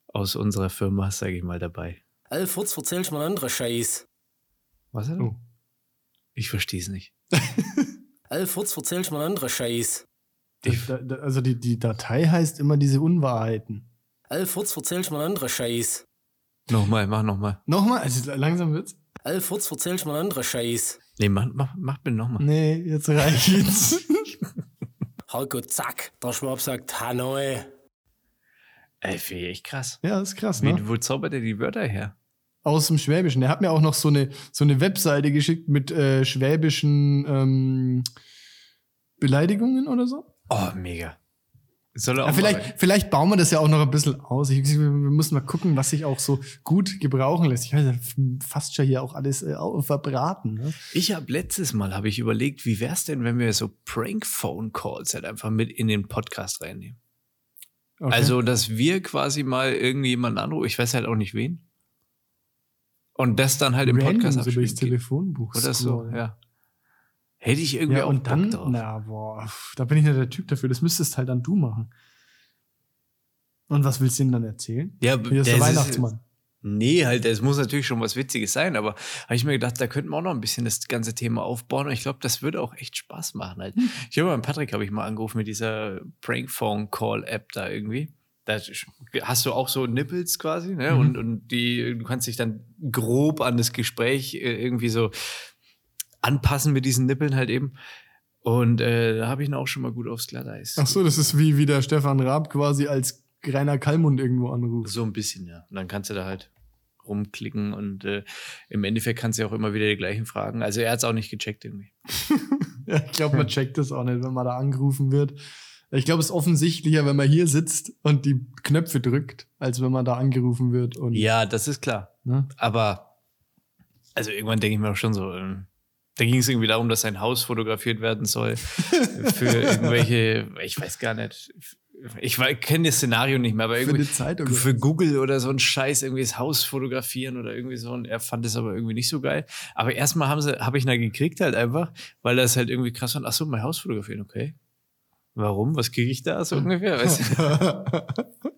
S1: aus unserer Firma, sage ich mal, dabei.
S3: All Furz, erzählst mal andere Scheiß.
S1: Was denn?
S2: Oh.
S1: Ich verstehe es nicht.
S3: All Furz, erzählst mal andere Scheiß.
S1: Ich-
S2: Da, da, also die, die Datei heißt immer diese Unwahrheiten.
S3: All Furz, erzählst mal andere Scheiß.
S1: Nochmal, mach nochmal.
S2: Nochmal, also langsam wird's.
S3: All Furz, erzählst mal andere Scheiß.
S1: Nee, mach, mach, mach bitte nochmal.
S2: Nee, jetzt reicht's.
S3: Herrgott, Halt zack. Der Schwab sagt Hanoi.
S1: Ey, finde ich echt krass.
S2: ja, ist krass, ne?
S1: Wie, wo zaubert er die Wörter her?
S2: aus dem Schwäbischen. Er hat mir auch noch so eine, so eine Webseite geschickt mit äh, schwäbischen ähm, Beleidigungen oder so.
S1: Oh, mega. Soll er
S2: Ja,
S1: auch
S2: vielleicht, vielleicht bauen wir das ja auch noch ein bisschen aus. Ich, wir müssen mal gucken, was sich auch so gut gebrauchen lässt. Ich habe fast schon hier auch alles äh, au- verbraten. Ne?
S1: Ich habe letztes Mal habe ich überlegt, wie wär's denn, wenn wir so Prank-Phone-Calls halt einfach mit in den Podcast reinnehmen?
S2: Okay.
S1: Also, dass wir quasi mal irgendjemanden anrufen, ich weiß halt auch nicht wen. Und das dann halt im
S2: Random
S1: Podcast
S2: so durchs
S1: abspielen.
S2: Telefonbuch
S1: Oder so,
S2: scrollen.
S1: ja. Hätte ich irgendwie
S2: Ja,
S1: auch
S2: und dann,
S1: Bock drauf.
S2: na, boah, pf, da bin ich nicht der Typ dafür. Das müsstest halt dann du machen. Und was willst du ihm dann erzählen?
S1: Ja,
S2: Hier ist der
S1: das
S2: Weihnachtsmann.
S1: Nee, halt, es muss natürlich schon was Witziges sein, aber habe ich mir gedacht, da könnten wir auch noch ein bisschen das ganze Thema aufbauen und ich glaube, das würde auch echt Spaß machen. Halt.
S2: Hm.
S1: Ich habe mal Patrick, habe ich mal angerufen mit dieser Prank-Phone-Call-App da irgendwie. Da hast du auch so Nippels quasi, ne?
S2: Mhm.
S1: Und, und die, du kannst dich dann grob an das Gespräch äh, irgendwie so anpassen mit diesen Nippeln halt eben. Und äh, da habe ich ihn auch schon mal gut aufs Glatteis.
S2: Ach so, das ist wie, wie der Stefan Raab quasi als Rainer Kallmund irgendwo anruft.
S1: So ein bisschen, ja. Und dann kannst du da halt rumklicken und äh, im Endeffekt kannst du ja auch immer wieder die gleichen Fragen. Also er hat es auch nicht gecheckt irgendwie.
S2: Ja, ich glaube, man checkt das auch nicht, wenn man da angerufen wird. Ich glaube, es ist offensichtlicher, wenn man hier sitzt und die Knöpfe drückt, als wenn man da angerufen wird. Und,
S1: Ja, das ist klar.
S2: Ne?
S1: Aber also irgendwann denke ich mir auch schon so, ähm, da ging es irgendwie darum, dass sein Haus fotografiert werden soll für irgendwelche, ich weiß gar nicht, ich wei- kenne das Szenario nicht mehr, aber
S2: Für
S1: irgendwie
S2: eine Zeitung.
S1: für Google oder so ein Scheiß irgendwie das Haus fotografieren oder irgendwie so und er fand es aber irgendwie nicht so geil. Aber erstmal haben sie, habe ich ihn halt gekriegt halt einfach, weil das halt irgendwie krass fand. Ach so, mein Haus fotografieren, okay. Warum? Was kriege ich da so
S2: Hm.
S1: ungefähr? Weißt du?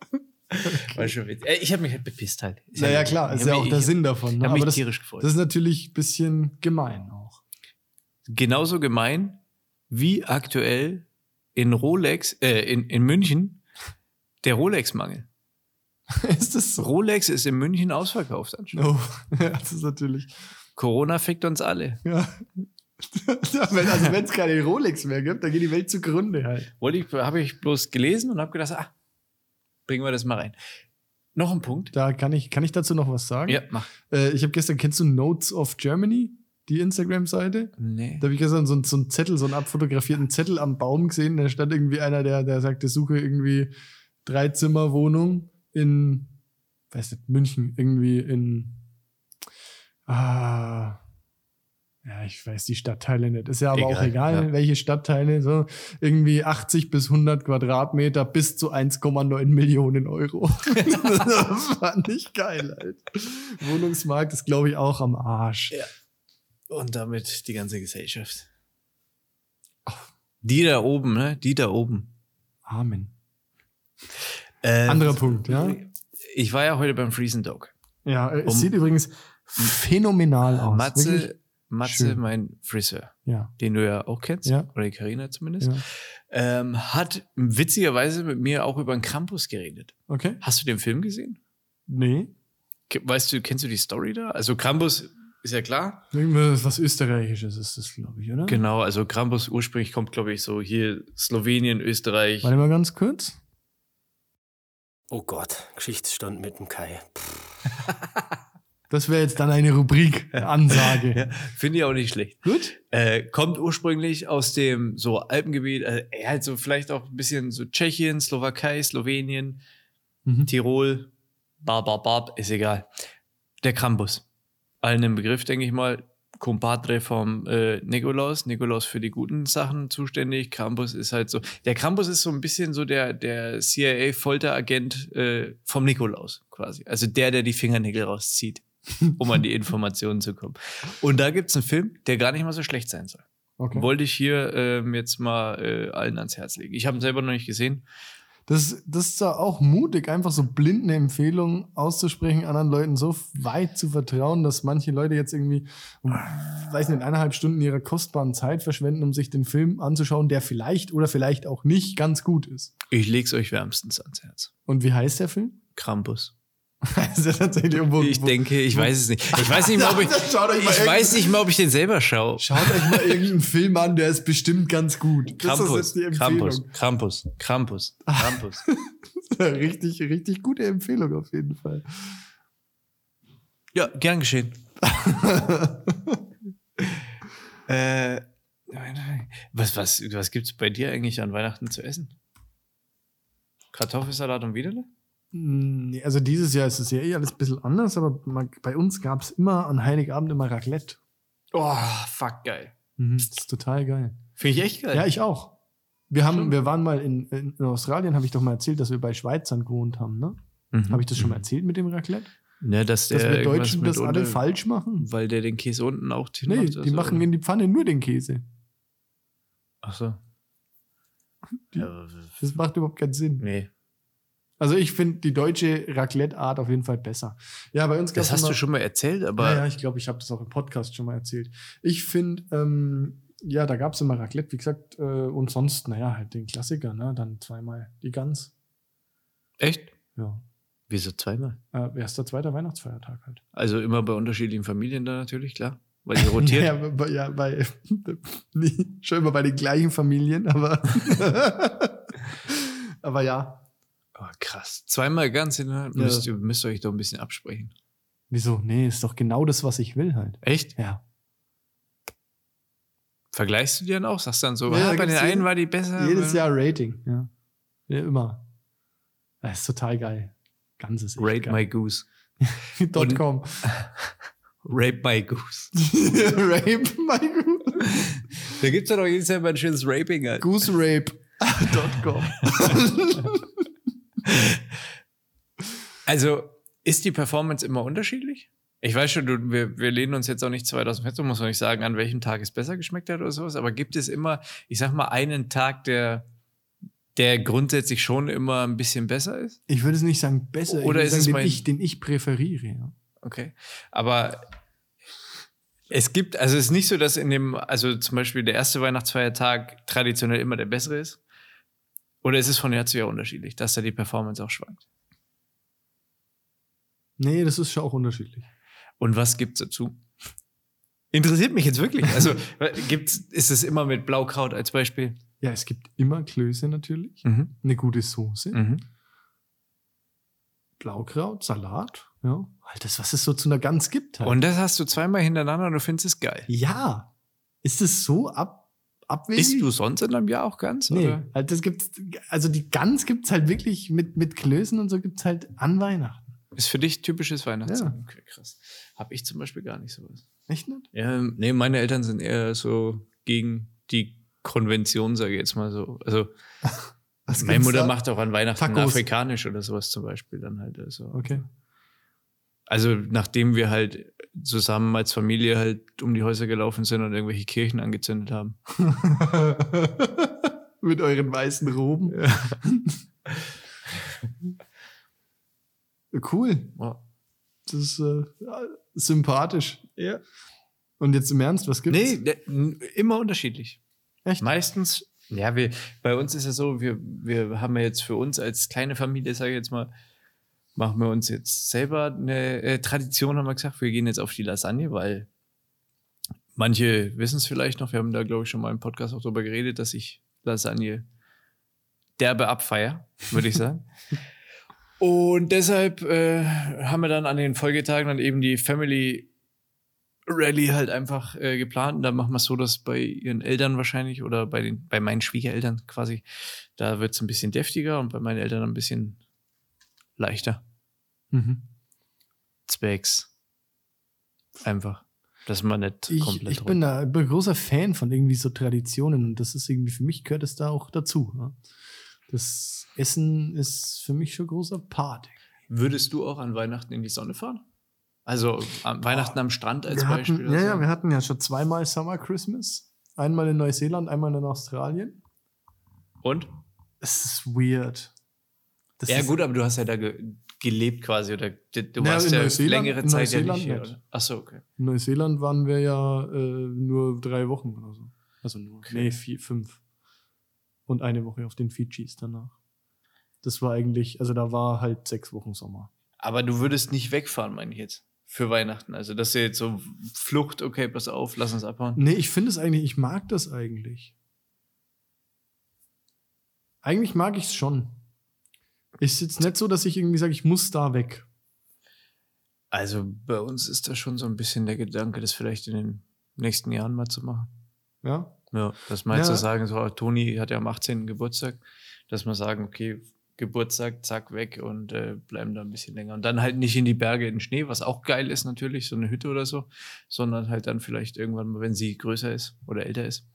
S1: War schon witzig. Äh, Ich habe mich halt bepisst halt. Ich
S2: naja,
S1: hab-
S2: klar,
S1: ich
S2: ist
S1: hab
S2: ja
S1: mich-
S2: auch der
S1: ich-
S2: Sinn davon.
S1: Ich
S2: Ne?
S1: habe
S2: Aber
S1: mich
S2: das,
S1: tierisch
S2: das
S1: gefreut.
S2: ist natürlich ein bisschen gemein auch.
S1: Genauso gemein wie aktuell in Rolex, äh, in, in München, der Rolex-Mangel.
S2: ist das so?
S1: Rolex ist in München ausverkauft anscheinend.
S2: Oh, ja, das ist natürlich.
S1: Corona fickt uns alle.
S2: Ja. Wenn- also, wenn es keine Rolex mehr gibt, dann geht die Welt zugrunde halt.
S1: Wollte ich, habe ich bloß gelesen und habe gedacht, ah, bringen wir das mal rein. Noch ein Punkt.
S2: Da kann ich, kann ich dazu noch was sagen?
S1: Ja, mach.
S2: Äh, ich habe gestern, kennst du Notes of Germany? Die Instagram-Seite?
S1: Nee.
S2: Da habe ich gestern so, einen- so einen Zettel, so einen abfotografierten Zettel am Baum gesehen. Da stand irgendwie einer, der, der sagte, suche irgendwie Dreizimmerwohnung in, weiß nicht, München, irgendwie in, ah, ja, ich weiß die Stadtteile nicht. Ist ja aber auch
S1: Egal,
S2: egal,
S1: ja.
S2: welche Stadtteile, so irgendwie 80 bis 100 Quadratmeter bis zu 1,9 Millionen Euro. das fand ich geil, halt. Wohnungsmarkt ist, glaube ich, auch am Arsch.
S1: Und damit die ganze Gesellschaft. Die da oben, ne? Die da oben.
S2: Amen.
S1: Äh,
S2: Anderer Punkt, ja.
S1: Ich war ja heute beim Freezing Dog.
S2: Ja, äh, es
S1: Um-
S2: sieht übrigens phänomenal aus. Oh, Wirklich.
S1: Matze, Matze
S2: schön.
S1: mein Friseur,
S2: Ja.
S1: den du ja auch kennst,
S2: Ja.
S1: oder die Karina zumindest,
S2: ja.
S1: ähm, hat witzigerweise mit mir auch über den Krampus geredet.
S2: Okay.
S1: Hast du den Film gesehen?
S2: Nee.
S1: Ke- Weißt du, kennst du die Story da? Also Krampus ist ja klar.
S2: Irgendwas was Österreichisches ist das, glaube ich, oder?
S1: Genau, also Krampus ursprünglich kommt, glaube ich, so hier Slowenien, Österreich.
S2: Warte mal ganz kurz.
S3: Oh Gott, Geschichtsstunde mit dem Kai. Pff,
S2: Das wäre jetzt dann eine Rubrik, Ansage.
S1: Ja, Finde ich auch nicht schlecht.
S2: Gut.
S1: Äh, kommt ursprünglich aus dem so Alpengebiet, also eher halt so vielleicht auch ein bisschen so Tschechien, Slowakei, Slowenien,
S2: Mhm.
S1: Tirol, Bababab, ist egal. Der Krampus. Allen im Begriff, denke ich mal. Compadre vom äh, Nikolaus. Nikolaus für die guten Sachen zuständig. Krampus ist halt so. Der Krampus ist so ein bisschen so der, der CIA-Folteragent äh, vom Nikolaus quasi. Also der, der die Fingernägel rauszieht, um an die Informationen zu kommen. Und da gibt es einen Film, der gar nicht mal so schlecht sein soll.
S2: Okay.
S1: Wollte ich hier ähm, jetzt mal äh, allen ans Herz legen. Ich habe ihn selber noch nicht gesehen.
S2: Das, das ist ja auch mutig, einfach so blind eine Empfehlung auszusprechen, anderen Leuten so weit zu vertrauen, dass manche Leute jetzt irgendwie, weiß nicht, eineinhalb Stunden ihrer kostbaren Zeit verschwenden, um sich den Film anzuschauen, der vielleicht oder vielleicht auch nicht ganz gut ist.
S1: Ich leg's euch wärmstens ans Herz.
S2: Und wie heißt der Film?
S1: Krampus.
S2: ist ja tatsächlich irgendwo.
S1: Ich denke, ich weiß es nicht. Ich weiß nicht mal, ob ich,
S2: Schaut euch mal
S1: ich weiß nicht mal, ob ich den selber schaue.
S2: Schaut euch mal irgendeinen Film an, der ist bestimmt ganz gut.
S1: Krampus,
S2: das ist jetzt die
S1: Krampus,
S2: Empfehlung.
S1: Krampus, Krampus, Krampus.
S2: Richtig, richtig gute Empfehlung auf jeden Fall.
S1: Ja, gern geschehen. äh, was was, was gibt es bei dir eigentlich an Weihnachten zu essen? Kartoffelsalat und Widerle?
S2: Mm, nee, Also dieses Jahr ist es ja eh alles ein bisschen anders, aber man- bei uns gab es immer an Heiligabend immer Raclette.
S1: Oh, fuck, geil.
S2: Mhm, das ist total geil.
S1: Finde ich echt geil.
S2: Ja, ich auch. Wir, haben, wir waren mal in, in, in Australien, habe ich doch mal erzählt, dass wir bei Schweizern gewohnt haben, ne?
S1: mhm.
S2: Habe ich das schon mal erzählt mit dem Raclette?
S1: Ne, dass der
S2: Dass wir
S1: irgendwas
S2: Deutschen
S1: mit
S2: das alle
S1: unten-
S2: falsch machen?
S1: Weil der den Käse unten auch
S2: Nee,
S1: hinmacht,
S2: die
S1: also-
S2: machen in die Pfanne nur den Käse.
S1: Ach so.
S2: Die-
S1: Ja,
S2: Das macht überhaupt keinen Sinn.
S1: nee.
S2: Also ich finde die deutsche Raclette-Art auf jeden Fall besser. Ja, bei uns
S1: Das
S2: gab's
S1: hast
S2: immer-
S1: du schon mal erzählt, aber
S2: Ja, ja ich glaube, ich habe das auch im Podcast schon mal erzählt. Ich finde, ähm, ja, da gab es immer Raclette, wie gesagt, äh, und sonst, naja, halt den Klassiker, ne? Dann zweimal die Gans.
S1: echt?
S2: Ja.
S1: Wieso zweimal?
S2: Äh, erster, zweiter Weihnachtsfeiertag halt.
S1: Also immer bei unterschiedlichen Familien da natürlich, klar. Weil die rotiert.
S2: Ja, bei, ja, bei nee, schon immer bei den gleichen Familien, aber. aber ja.
S1: Oh, krass. Zweimal ganz innerhalb.
S2: Ja.
S1: Müsst, ihr müsst euch doch ein bisschen absprechen.
S2: Wieso? Nee, ist doch genau das, was ich will halt.
S1: Echt?
S2: Ja.
S1: Vergleichst du die dann auch? Sagst dann so,
S2: Ja,
S1: ah,
S2: da
S1: bei den
S2: gibt's
S1: einen
S2: jeden-
S1: war die besser.
S2: Jedes
S1: bei-
S2: Jahr Rating, ja. ja immer. Das ist total geil. Ganzes
S1: Rape my goose.
S2: Dot com.
S1: Rape my goose.
S2: Rape my
S1: Da gibt es ja doch jedes Jahr mal ein schönes Raping. Halt.
S2: Goose Rape. Dot com.
S1: Also ist die Performance immer unterschiedlich? Ich weiß schon, du, wir, wir lehnen uns jetzt auch nicht 2014, muss man nicht sagen, an welchem Tag es besser geschmeckt hat oder sowas, aber gibt es immer, ich sag mal, einen Tag, der, der grundsätzlich schon immer ein bisschen besser ist?
S2: Ich würde es nicht sagen besser, ich
S1: Oder
S2: würde
S1: ist
S2: sagen,
S1: es
S2: den,
S1: mein-
S2: ich, den ich präferiere. Ja.
S1: Okay. Aber es gibt, also es ist nicht so, dass in dem, also zum Beispiel der erste Weihnachtsfeiertag traditionell immer der bessere ist. Oder ist es von Jahr zu Jahr unterschiedlich, dass da die Performance auch schwankt?
S2: Nee, das ist schon auch unterschiedlich.
S1: Und was gibt's dazu? Interessiert mich jetzt wirklich. Also gibt's, ist es immer mit Blaukraut als Beispiel?
S2: Ja, es gibt immer Klöße natürlich,
S1: Mhm.
S2: eine gute Soße,
S1: Mhm.
S2: Blaukraut, Salat. Ja. Halt das, was es so zu einer Gans gibt. Halt.
S1: Und das hast du zweimal hintereinander und du findest es geil.
S2: ja, ist es so ab, abwegig?
S1: Isst du sonst in einem Jahr auch ganz?
S2: Nee,
S1: Oder?
S2: halt das gibt's, also die Gans gibt's halt wirklich mit, mit Klößen und so gibt's halt an Weihnachten.
S1: Ist für dich typisches Weihnachtsessen.
S2: Ja.
S1: Okay, krass. Hab ich zum Beispiel gar nicht sowas.
S2: Echt nicht?
S1: Ähm, nee, meine Eltern sind eher so gegen die Konvention, sage ich jetzt mal so. Also
S2: Was
S1: meine
S2: gibt's
S1: Mutter
S2: da?
S1: macht auch an Weihnachten
S2: Tacos.
S1: afrikanisch oder sowas zum Beispiel dann halt. Also,
S2: Okay.
S1: also nachdem wir halt zusammen als Familie halt um die Häuser gelaufen sind und irgendwelche Kirchen angezündet haben.
S2: mit euren weißen Roben. cool.
S1: Ja.
S2: Das ist äh, sympathisch.
S1: Ja.
S2: Und jetzt im Ernst, was gibt's?
S1: Nee, der- n- immer unterschiedlich.
S2: Echt?
S1: Meistens, ja, wir, bei uns ist ja so, wir, wir haben ja jetzt für uns als kleine Familie, sage ich jetzt mal, machen wir uns jetzt selber eine äh, Tradition, haben wir gesagt, wir gehen jetzt auf die Lasagne, weil manche wissen es vielleicht noch, wir haben da, glaube ich, schon mal im Podcast auch drüber geredet, dass ich Lasagne derbe abfeier, würde ich sagen. Und deshalb äh, haben wir dann an den Folgetagen dann eben die Family Rally halt einfach äh, geplant. Und da machen wir es so, dass bei ihren Eltern wahrscheinlich oder bei, den, bei meinen Schwiegereltern quasi, da wird es ein bisschen deftiger und bei meinen Eltern ein bisschen leichter.
S2: Mhm.
S1: Zwecks. Einfach. Dass man nicht
S2: Ich,
S1: komplett
S2: ich bin da bin ein großer Fan von irgendwie so Traditionen und das ist irgendwie, für mich gehört es da auch dazu. Ja. Das Essen ist für mich schon großer Part.
S1: Würdest du auch an Weihnachten in die Sonne fahren? Also am Weihnachten am Strand als
S2: wir
S1: Beispiel.
S2: hatten,
S1: oder
S2: ja,
S1: so?
S2: ja, wir hatten ja schon zweimal Summer Christmas. Einmal in Neuseeland, einmal in Australien.
S1: und?
S2: Es ist weird. Das
S1: ja,
S2: ist-
S1: gut, aber du hast ja da ge gelebt quasi oder du, du
S2: Na,
S1: warst
S2: in
S1: ja
S2: Neuseeland-
S1: längere
S2: in
S1: Zeit ja
S2: Neuseeland
S1: nicht hier.
S2: nicht.
S1: oder? Ach so, okay.
S2: In Neuseeland waren wir ja äh, nur drei Wochen oder so. Also nur. Nee, vier, fünf. Und eine Woche auf den Fidschis danach. Das war eigentlich, also da war halt sechs Wochen Sommer.
S1: Aber du würdest nicht wegfahren, meine ich jetzt. Für Weihnachten. Also, dass ihr jetzt so Flucht, okay, pass auf, lass uns abhauen.
S2: Nee, ich finde es eigentlich, ich mag das eigentlich. Eigentlich mag ich es schon. Ist jetzt nicht so, dass ich irgendwie sage, ich muss da weg.
S1: Also, bei uns ist da schon so ein bisschen der Gedanke, das vielleicht in den nächsten Jahren mal zu machen.
S2: Ja?
S1: Ja, dass man jetzt
S2: Ja.
S1: so sagen, so, ah, Toni hat ja am 18. Geburtstag, dass man sagen, okay, Geburtstag, zack, weg und äh, bleiben da ein bisschen länger. Und dann halt nicht in die Berge in den Schnee, was auch geil ist natürlich, so eine Hütte oder so, sondern halt dann vielleicht irgendwann mal, wenn sie größer ist oder älter ist,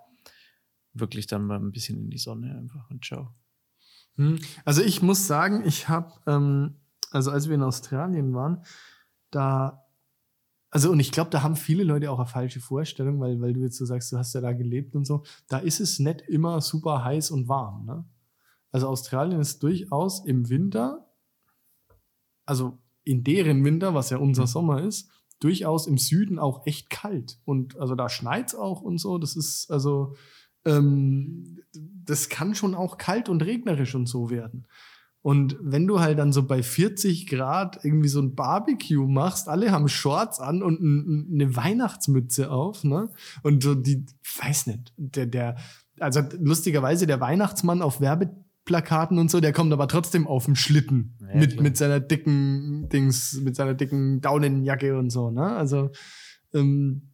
S1: wirklich dann mal ein bisschen in die Sonne einfach und ciao.
S2: Hm. Also ich muss sagen, ich habe, ähm, also als wir in Australien waren, da, also und ich glaube, da haben viele Leute auch eine falsche Vorstellung, weil, weil du jetzt so sagst, du hast ja da gelebt und so, da ist es nicht immer super heiß und warm. Ne? Also Australien ist durchaus im Winter, also in deren Winter, was ja unser Sommer ist, durchaus im Süden auch echt kalt. Und also da schneit's auch und so. Das ist also, ähm, das kann schon auch kalt und regnerisch und so werden. Und wenn du halt dann so bei 40 Grad irgendwie so ein Barbecue machst, alle haben Shorts an und n- n- eine Weihnachtsmütze auf, ne? Und so die, weiß nicht, der, der, also lustigerweise der Weihnachtsmann auf Werbeplakaten und so, der kommt aber trotzdem auf dem Schlitten
S1: Ja,
S2: mit,
S1: klar.
S2: mit seiner dicken Dings, mit seiner dicken Daunenjacke und so, ne? Also, ähm,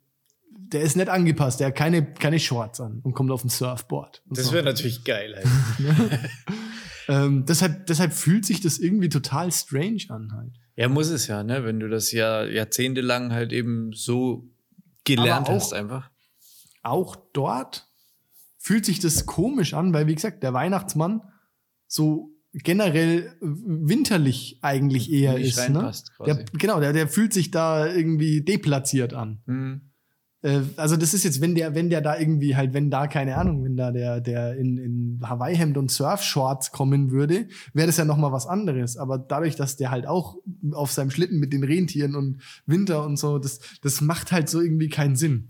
S2: der ist nicht angepasst, der hat keine, keine Shorts an und kommt auf dem Surfboard. und so.
S1: natürlich geil.
S2: ähm, deshalb, deshalb fühlt sich das irgendwie total strange an halt.
S1: Ja, muss es ja, ne? Wenn du das ja jahrzehntelang halt eben so gelernt
S2: Aber auch-
S1: hast, einfach.
S2: Auch dort fühlt sich das komisch an, weil wie gesagt, der Weihnachtsmann so generell winterlich eigentlich eher
S1: Nicht
S2: ist. Ne?
S1: reinpasst
S2: Der,
S1: quasi.
S2: genau, der, der fühlt sich da irgendwie deplatziert an.
S1: Hm.
S2: Äh, also das ist jetzt, wenn der, wenn der da irgendwie halt, wenn da, keine Ahnung, wenn da der, der in, in Hawaii-Hemd und Surfshorts kommen würde, wäre das ja nochmal was anderes. Aber dadurch, dass der halt auch auf seinem Schlitten mit den Rentieren und Winter und so, das, das macht halt so irgendwie keinen Sinn.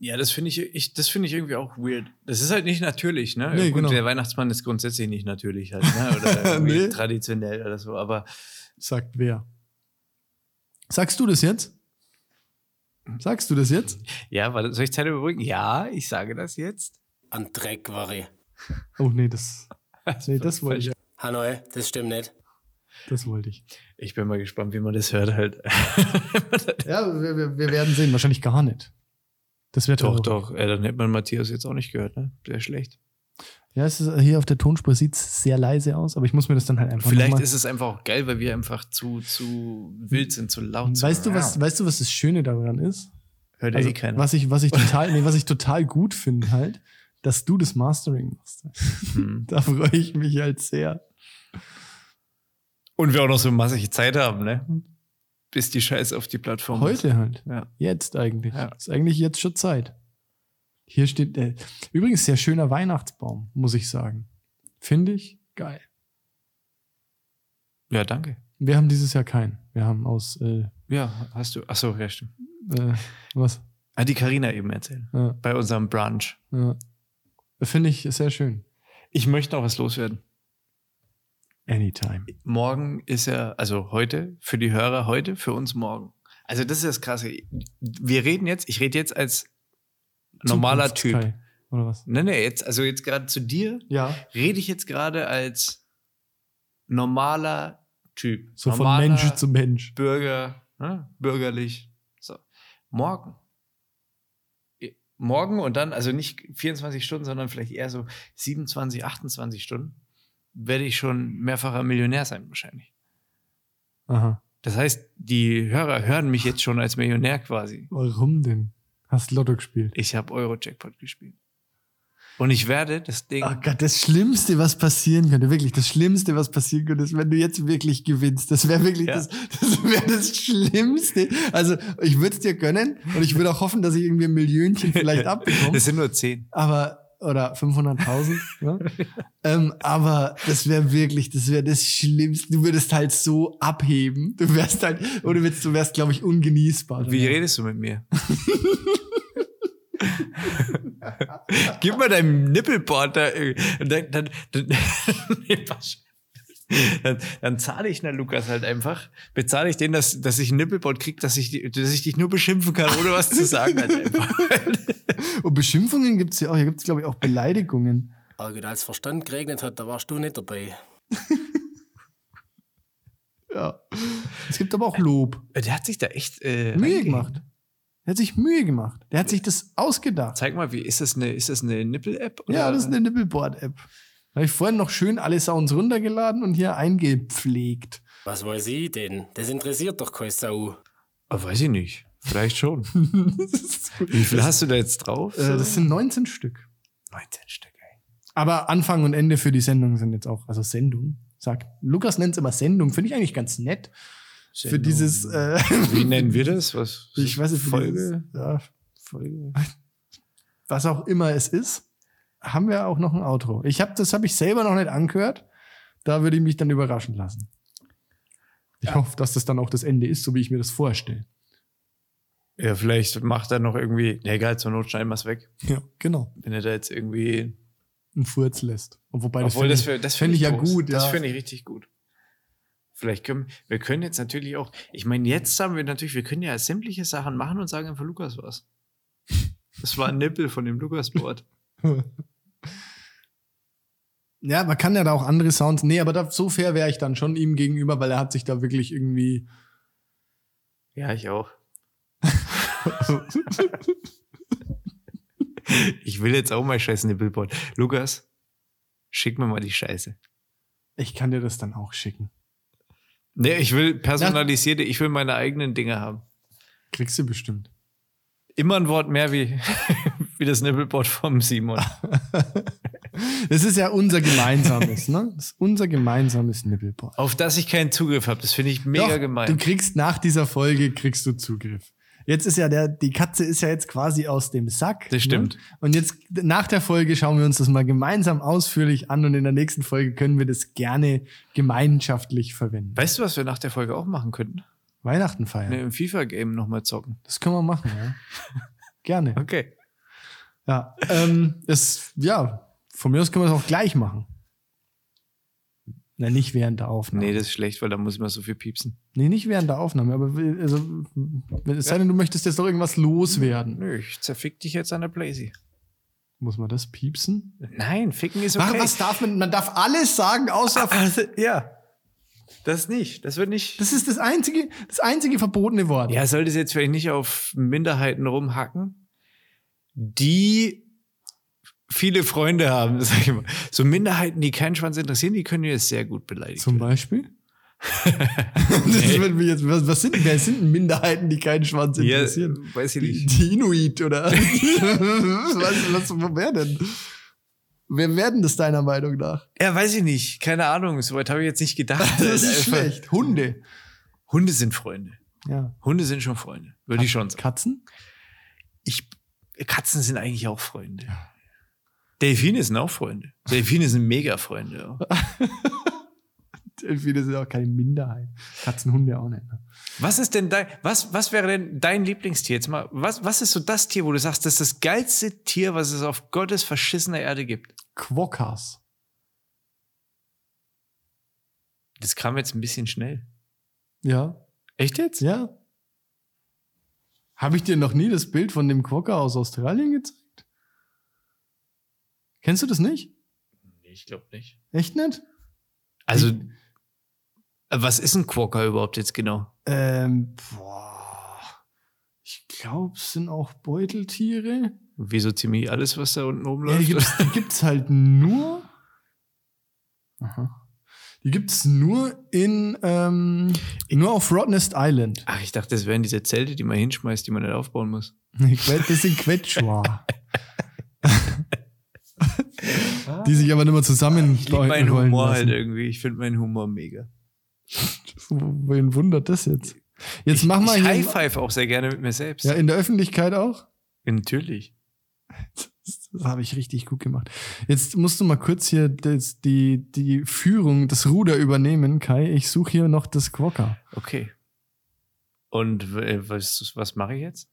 S1: Ja, das finde ich, ich, das finde ich irgendwie auch weird. Das ist halt nicht natürlich, ne?
S2: Nee,
S1: Gut,
S2: genau.
S1: Der Weihnachtsmann ist grundsätzlich nicht natürlich halt, ne? Oder irgendwie
S2: Nee.
S1: traditionell oder so. Aber
S2: Sagt wer? Sagst du das jetzt? Sagst du das jetzt?
S1: ja, warte, soll ich Zeit überbrücken? Ja, ich sage das jetzt.
S3: An Dreck war ich.
S2: Oh nee, das, nee, das wollte ich.
S1: Falsch.
S3: Hanoi, das stimmt nicht.
S2: Das wollte ich.
S1: Ich bin mal gespannt, wie man das hört halt.
S2: Ja, wir, wir, wir werden sehen. Wahrscheinlich gar nicht. Das wird
S1: doch,
S2: traurig.
S1: doch. Äh, dann hätte man Matthias jetzt auch nicht gehört, ne? Sehr schlecht.
S2: Ja, es ist, äh, hier auf der Tonspur sieht es sehr leise aus, aber ich muss mir das dann halt einfach
S1: Vielleicht
S2: nochmal-
S1: ist es einfach auch geil, weil wir einfach zu, zu wild sind, zu laut sind.
S2: Weißt du, was, weißt du, was das Schöne daran ist?
S1: Hört ja
S2: Also,
S1: eh keiner.
S2: was, ich, was, ich total, nee, was ich total gut finde halt, dass du das Mastering machst.
S1: Hm.
S2: Da freue ich mich halt sehr.
S1: Und wir auch noch so massig Zeit haben, ne? Bis die Scheiße auf die Plattform ist.
S2: Heute halt.
S1: Ja.
S2: Jetzt eigentlich.
S1: Ja.
S2: Ist eigentlich jetzt schon Zeit. Hier steht, äh, übrigens sehr schöner Weihnachtsbaum, muss ich sagen. Finde ich geil.
S1: Ja, danke.
S2: Wir haben dieses Jahr keinen. Wir haben aus, äh,
S1: Ja, hast du. Achso, ja, stimmt.
S2: äh, was?
S1: Hat Ah, die Karina eben erzählt.
S2: Äh,
S1: Bei unserem Brunch.
S2: äh, Finde ich sehr schön.
S1: Ich möchte noch was loswerden.
S2: Anytime.
S1: Morgen ist ja, also heute, für die Hörer heute, für uns morgen. Also das ist das Krasse. Wir reden jetzt, ich rede jetzt als normaler Typ.
S2: Zukunftsteil, Oder was?
S1: Nee, nee, jetzt, also jetzt gerade zu dir,
S2: Ja,
S1: rede ich jetzt gerade als normaler Typ.
S2: so von
S1: normaler
S2: Mensch zu Mensch.
S1: Bürger, ne? bürgerlich. So. Morgen. Eh, Morgen und dann, also nicht 24 Stunden, sondern vielleicht eher so 27, 28 Stunden, werde ich schon mehrfacher Millionär sein, wahrscheinlich.
S2: Aha.
S1: Das heißt, die Hörer hören mich jetzt schon als Millionär quasi.
S2: Warum denn? Hast Lotto gespielt?
S1: Ich habe Euro-Jackpot gespielt. Und ich werde das Ding.
S2: Oh Gott, das Schlimmste, was passieren könnte, wirklich, das Schlimmste, was passieren könnte, ist, wenn du jetzt wirklich gewinnst. Das wäre wirklich
S1: Ja.
S2: das, das, wäre das Schlimmste. Also, ich würde es dir gönnen und ich würde auch hoffen, dass ich irgendwie ein Millionchen vielleicht abbekomme.
S1: Das sind nur 10.
S2: Aber, oder 500.000, ne? ähm, aber das wäre wirklich, das wäre das Schlimmste. Du würdest halt so abheben. Du wärst halt, oder du wärst, du wärst glaube ich, ungenießbar.
S1: Wie
S2: danach.
S1: redest du mit mir? Gib mal deinem Nippelboard da. irgendwie- Dann, dann, dann, nee, Quatsch. dann, dann zahle ich na Lukas halt einfach. Bezahle ich den, dass, dass ich ein Nippelboard kriege, dass ich, die- dass ich dich nur beschimpfen kann, ohne was zu sagen. Halt einfach.
S2: Und Beschimpfungen gibt's ja auch. Hier gibt's glaube ich, auch Beleidigungen.
S3: Aber gut, als Verstand geregnet hat, da warst du nicht dabei.
S2: Ja. Es gibt aber auch Lob.
S1: Der hat sich da echt. Äh,
S2: Mühe
S1: reingehängt.
S2: gemacht. Der hat sich Mühe gemacht. Der hat sich das ausgedacht.
S1: Zeig mal, wie ist das eine, ist das eine Nippel-App?
S2: Ja,
S1: oder-
S2: das ist eine Nippleboard-App. Habe ich vorhin noch schön alle Sounds runtergeladen und hier eingepflegt.
S3: Was weiß ich denn? Das interessiert doch keine Sau.
S1: Ah, weiß ich nicht. Vielleicht schon.
S2: das, ist gut.
S1: Wie viel hast du da jetzt drauf?
S2: Äh, das sind 19 Stück.
S1: 19 Stück, ey.
S2: Aber Anfang und Ende für die Sendung sind jetzt auch, also Sendung, sagt Lukas nennt es immer Sendung, finde ich eigentlich ganz nett. Für
S1: Sendung.
S2: dieses, äh,
S1: Wie nennen wir das? Was?
S2: ich weiß nicht, für
S1: Folge.
S2: Dieses, ja,
S1: Folge.
S2: was auch immer es ist, haben wir auch noch ein Outro. Ich hab, das habe ich selber noch nicht angehört. Da würde ich mich dann überraschen lassen. Ich hoffe, dass das dann auch das Ende ist, so wie ich mir das vorstelle.
S1: Ja, vielleicht macht er noch irgendwie. Na egal, zur Not schneiden wir es weg.
S2: Ja, genau.
S1: Wenn er da jetzt irgendwie.
S2: Ein Furz lässt. Und wobei
S1: obwohl,
S2: das
S1: das
S2: finde
S1: fänd- das
S2: fänd
S1: fänd
S2: ich ja
S1: groß.
S2: gut,
S1: Das
S2: ja.
S1: finde ich richtig gut. Vielleicht können wir können jetzt natürlich auch. Ich meine, jetzt haben wir natürlich, wir können ja sämtliche Sachen machen und sagen einfach, Lukas war's. Das war ein Nippel von dem Lukas-Board.
S2: ich ja, man kann ja da auch andere Sounds. Nee, aber da, so fair wäre ich dann schon ihm gegenüber, weil er hat sich da wirklich irgendwie.
S1: Ja, ich auch. Ich will jetzt auch mal scheiß Nippelboard. Lukas, schick mir mal die Scheiße.
S2: ich kann dir das dann auch schicken.
S1: Nee, ich will personalisierte, ich will meine eigenen Dinge haben.
S2: Kriegst du bestimmt.
S1: Immer ein Wort mehr wie, wie das Nippelboard vom Simon.
S2: Das ist ja unser gemeinsames, ne? Das ist unser gemeinsames Nippelboard.
S1: Auf das ich keinen Zugriff habe. Das finde ich mega
S2: Doch, Du
S1: gemein.
S2: kriegst nach dieser Folge kriegst du Zugriff. Jetzt ist ja der, die Katze ist ja jetzt quasi aus dem Sack.
S1: Das stimmt.
S2: Ne? Und jetzt nach der Folge schauen wir uns das mal gemeinsam ausführlich an und in der nächsten Folge können wir das gerne gemeinschaftlich verwenden.
S1: Weißt du, was wir nach der Folge auch machen könnten?
S2: Weihnachten feiern.
S1: Ne, Im FIFA-Game nochmal zocken.
S2: Das können wir machen, ja. gerne.
S1: Okay.
S2: Ja, ähm, das, ja, von mir aus können wir das auch gleich machen. Na, nicht während der Aufnahme.
S1: Nee, das ist schlecht, weil da muss man so viel piepsen.
S2: Nee, nicht während der Aufnahme, aber wir- also, wenn- es sei denn, du möchtest jetzt noch irgendwas loswerden.
S1: Nö, ich zerfick dich jetzt an der Blazy.
S2: Muss man das piepsen?
S1: Nein, ficken ist
S2: Wa-
S1: okay. Also,
S2: Was darf man? Man darf alles sagen, außer.
S1: ja. Das nicht. Das wird nicht.
S2: Das ist das einzige, das einzige verbotene Wort.
S1: Ja, sollte es jetzt vielleicht nicht auf Minderheiten rumhacken, die viele Freunde haben, sag ich mal. So Minderheiten, die keinen Schwanz interessieren, die können jetzt sehr gut beleidigen.
S2: Zum Beispiel? das wird mir jetzt, was, was sind, wer sind denn Minderheiten, die keinen Schwanz
S1: Ja,
S2: interessieren?
S1: weiß ich
S2: Die,
S1: nicht.
S2: die Inuit, oder? was, was, wer denn? Wer werden das deiner Meinung nach? Äh,
S1: Ja, weiß ich nicht. Keine Ahnung. Soweit habe ich jetzt nicht gedacht.
S2: Das ist
S1: Einfach-
S2: schlecht. Hunde.
S1: Hunde sind Freunde.
S2: Ja.
S1: Hunde sind schon Freunde. Würde ich schon sagen.
S2: Katzen?
S1: Ich, Katzen sind eigentlich auch Freunde. Delfine sind auch Freunde. Delfine sind mega Freunde. ja.
S2: Viele sind auch keine Minderheit. Katzen, Hunde auch nicht. ne?
S1: Was ist denn dein, was, was wäre denn dein Lieblingstier jetzt mal? Was, was ist so das Tier, wo du sagst, das ist das geilste Tier, was es auf Gottes verschissener Erde gibt?
S2: Quokkas.
S1: Das kam jetzt ein bisschen schnell.
S2: Ja.
S1: Echt jetzt?
S2: Ja. Habe ich dir noch nie das Bild von dem Quokka aus Australien gezeigt? Kennst du das nicht?
S1: Nee, ich glaube nicht.
S2: Echt nicht?
S1: Also, äh, was ist ein Quokka überhaupt jetzt genau?
S2: Ähm, boah. Ich glaube, es sind auch Beuteltiere.
S1: Wie so ziemlich alles, was da unten
S2: Ja, die
S1: rumläuft?
S2: gibt's, die gibt's halt nur. Aha. Die gibt's nur in ähm, nur auf Rottnest Island.
S1: Ach, ich dachte, das wären diese Zelte, die man hinschmeißt, die man nicht aufbauen muss.
S2: Nee, Que- Das sind Quechua. die sich aber nicht mehr zusammen
S1: Ah. Ich liebe meinen Humor halt
S2: lassen.
S1: irgendwie. Ich finde meinen Humor mega.
S2: Wen wundert das jetzt? Jetzt mach mal
S1: ich
S2: hier.
S1: high-five auch sehr gerne mit mir selbst.
S2: Ja, in der Öffentlichkeit auch.
S1: Natürlich.
S2: Das habe ich richtig gut gemacht. Jetzt musst du mal kurz hier das, die, die Führung, das Ruder übernehmen, Kai. Ich suche hier noch das Quokka.
S1: Okay. Und äh, was, was mache ich jetzt?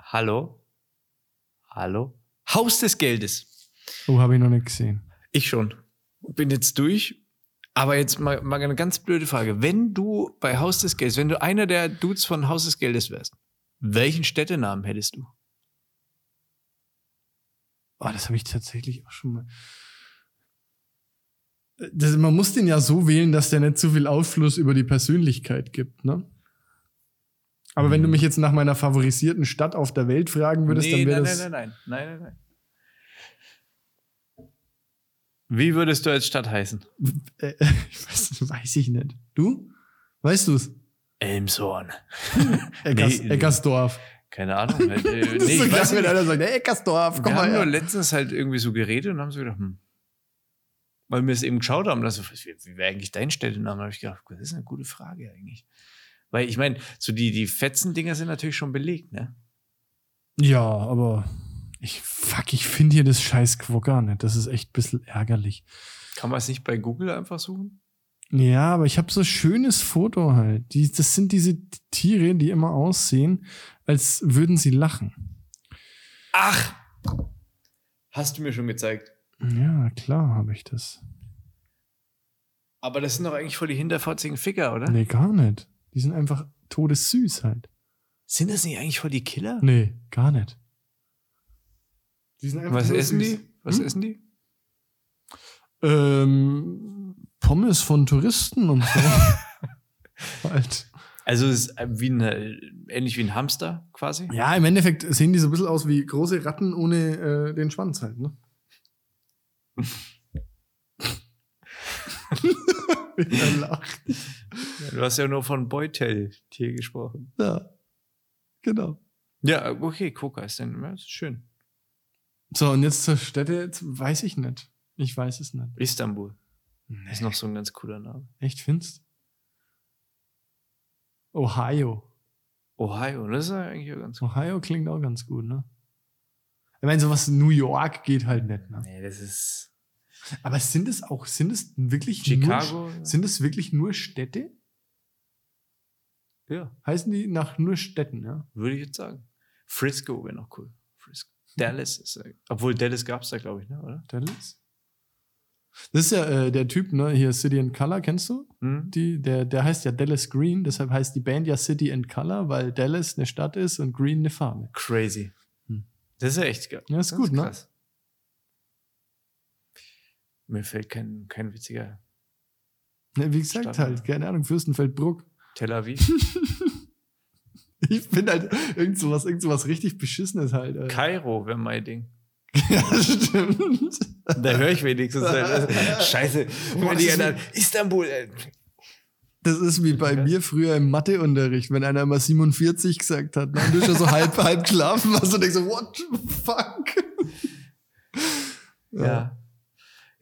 S1: Hallo? Hallo? Haus des Geldes.
S2: Oh, habe ich noch nicht gesehen.
S1: Ich schon. Bin jetzt durch. Aber jetzt mal, mal eine ganz blöde Frage. Wenn du bei Haus des Geldes, wenn du einer der Dudes von Haus des Geldes wärst, welchen Städtenamen hättest du?
S2: Oh, das habe ich tatsächlich auch schon mal. Das, man muss den ja so wählen, dass der nicht zu viel Aufschluss über die Persönlichkeit gibt, ne? Aber
S1: Mhm.
S2: wenn du mich jetzt nach meiner favorisierten Stadt auf der Welt fragen würdest, dann wäre
S1: nein,
S2: das.
S1: nein, nein, nein, nein, nein, nein. Wie würdest du als Stadt heißen?
S2: Äh, ich weiß, weiß ich nicht. Du? Weißt du's?
S1: Elmshorn.
S2: Eckers,
S1: Nee,
S2: Eckersdorf.
S1: Keine Ahnung. Halt, äh, nee,
S2: Das ist so
S1: ich
S2: geil,
S1: weiß
S2: wenn
S1: nicht.
S2: einer sagt, "Ey, Eckersdorf, komm
S1: Wir
S2: mal
S1: haben nur
S2: her.
S1: letztens halt irgendwie so geredet und haben so gedacht, hm. weil wir es eben geschaut haben, dass, wie, wie wäre eigentlich dein Städtename? Da habe ich gedacht, das ist eine gute Frage eigentlich. Weil ich meine, so die, die Fetzen-Dinger sind natürlich schon belegt, ne?
S2: Ja, aber ich fuck, ich finde hier das scheiß Quokka nicht. Das ist echt ein bisschen ärgerlich.
S1: Kann man es nicht bei Google einfach suchen?
S2: Ja, aber ich habe so ein schönes Foto halt. Die, das sind diese Tiere, die immer aussehen, als würden sie lachen.
S1: Ach! Hast du mir schon gezeigt.
S2: Ja, klar habe ich das.
S1: Aber das sind doch eigentlich voll die hinterfotzigen Ficker, oder?
S2: Nee, gar nicht. Die sind einfach todessüß halt.
S1: Sind das nicht eigentlich voll die Killer?
S2: Nee, gar nicht. Die sind
S1: Was
S2: nur
S1: essen
S2: süß.
S1: die? Was
S2: Hm?
S1: essen die?
S2: Ähm, Pommes von Touristen und so. halt.
S1: Also es ist äh, wie ein, äh, ähnlich wie ein Hamster quasi.
S2: Ja, im Endeffekt sehen die so ein bisschen aus wie große Ratten ohne äh, den Schwanz halt, ne? Wieder lacht.
S1: Du hast ja nur von Beuteltier gesprochen.
S2: Ja. Genau.
S1: Ja, okay, Coca ist dann ja, ist schön.
S2: So, und jetzt zur Städte, jetzt weiß ich nicht. Ich weiß es nicht.
S1: Istanbul ist noch so ein ganz cooler Name.
S2: Echt finst? Ohio.
S1: Ohio, das ist ja eigentlich auch ganz cool.
S2: Ohio klingt auch ganz gut, ne? Ich meine, sowas in New York geht halt nicht, ne?
S1: Nee, das ist
S2: Aber sind es auch, sind es wirklich Nur,
S1: Chicago.
S2: sind es wirklich nur Städte?
S1: ja,
S2: Heißen die nach nur Städten, ja?
S1: würde ich jetzt sagen. Frisco wäre noch cool. Frisco. Dallas ist, ja- obwohl Dallas gab es da, glaube ich, ne, oder?
S2: Dallas? Das ist ja äh, der Typ, ne? Hier City and Color, kennst du?
S1: Hm?
S2: Die, der, der heißt ja Dallas Green, deshalb heißt die Band ja City and Color, weil Dallas eine Stadt ist und Green eine Farbe.
S1: Crazy.
S2: Hm.
S1: Das ist ja echt geil.
S2: Ja, ist gut, ne?
S1: ne? Mir fällt kein, kein witziger
S2: Ne, wie gesagt,
S1: Stadt,
S2: halt,
S1: ja.
S2: keine Ahnung, Fürstenfeldbruck.
S1: Tel Aviv.
S2: Ich bin halt irgend sowas, irgend sowas richtig Beschissenes halt. Alter.
S1: Kairo wäre mein Ding.
S2: Ja, stimmt.
S1: Da höre ich wenigstens. halt. Scheiße. Wenn die anderen- Istanbul. äh,
S2: Das ist wie bei mir früher im Matheunterricht, wenn einer mal 47 gesagt hat. Ne? Und du schon so halb, halb schlafen warst und denkst so, what the fuck?
S1: Ja.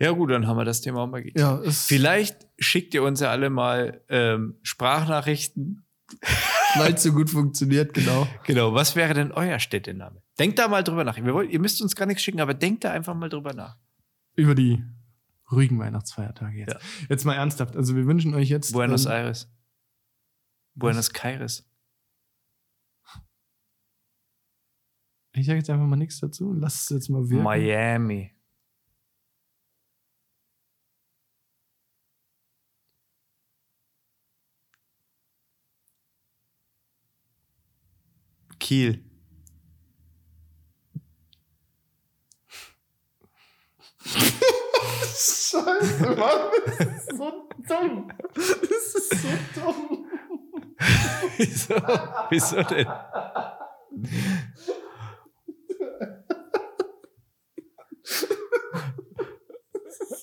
S1: Ja, gut, dann haben wir das Thema auch mal geklärt.
S2: Ja, es,
S1: Vielleicht schickt ihr uns ja alle mal ähm, Sprachnachrichten.
S2: weil es so gut funktioniert, genau.
S1: Genau, was wäre denn euer Städtename? Denkt da mal drüber nach. Wir wollt, ihr müsst uns gar nichts schicken, aber denkt da einfach mal drüber nach.
S2: Über die ruhigen Weihnachtsfeiertage jetzt.
S1: Ja.
S2: Jetzt mal ernsthaft. Also wir wünschen euch jetzt.
S1: Buenos
S2: ähm,
S1: Aires. Buenos Aires.
S2: Ich sage jetzt einfach mal nichts dazu und lass es jetzt mal wirken.
S1: Miami. Kiel.
S2: Scheiße, Mann. Das ist so dumm. Das ist so dumm.
S1: Wieso? Wieso denn?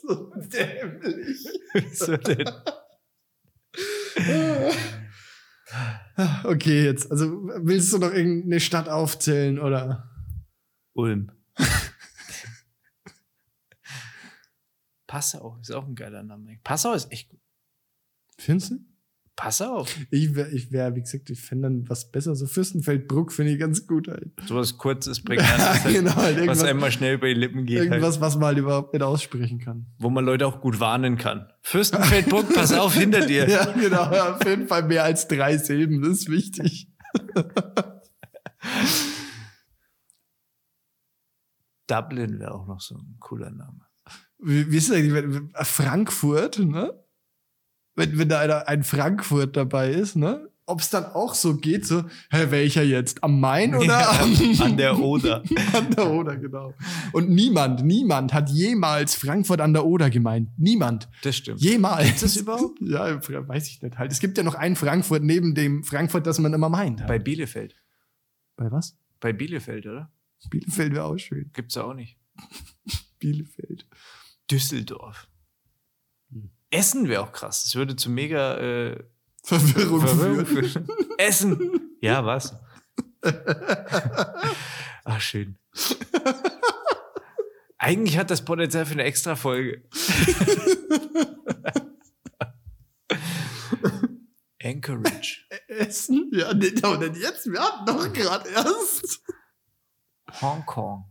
S2: So dämlich.
S1: Wieso denn?
S2: Okay, jetzt. Also willst du noch irgendeine Stadt aufzählen oder?
S1: Ulm. Passau ist auch ein geiler Name. Passau ist echt gut.
S2: Findest du?
S1: Passau.
S2: Ich wäre, ich wär, wie gesagt, ich fände dann was besser. So Fürstenfeldbruck finde ich ganz gut halt.
S1: Sowas kurzes, prägnantes, halt,
S2: genau, halt
S1: was
S2: irgendwas,
S1: einem mal schnell über die Lippen geht. Halt,
S2: irgendwas, was man halt überhaupt nicht aussprechen kann.
S1: wo man Leute auch gut warnen kann. Fürstenfeldbruck, pass auf, hinter dir.
S2: Ja, genau. ja, Auf jeden Fall mehr als drei Silben, das ist wichtig.
S1: Dublin wäre auch noch so ein cooler Name.
S2: Wie, wie ist das eigentlich, wenn, wenn- Frankfurt, ne? Wenn, wenn da einer, ein Frankfurt dabei ist, ne? Ob es dann auch so geht, so, hä, welcher jetzt? Am Main oder am,
S1: An der Oder.
S2: an der Oder, genau. Und niemand, niemand hat jemals Frankfurt an der Oder gemeint. Niemand.
S1: Das stimmt.
S2: Jemals. Ist
S1: das überhaupt?
S2: Ja, weiß ich nicht halt. Es gibt ja noch einen Frankfurt neben dem Frankfurt, das man immer meint.
S1: Bei Bielefeld.
S2: Bei was?
S1: Bei Bielefeld, oder?
S2: Bielefeld wäre auch schön.
S1: Gibt's ja auch nicht.
S2: Bielefeld.
S1: Düsseldorf. Hm. Essen wäre auch krass. Das würde zu mega äh,
S2: Verwirrung,
S1: Verwirrung
S2: führt.
S1: führen. Essen. Ja, was? Ach, schön. Eigentlich hat das Potenzial für eine extra Folge. Anchorage.
S2: Essen? Ja, nee, aber denn jetzt? Wir hatten doch gerade erst.
S1: Hongkong.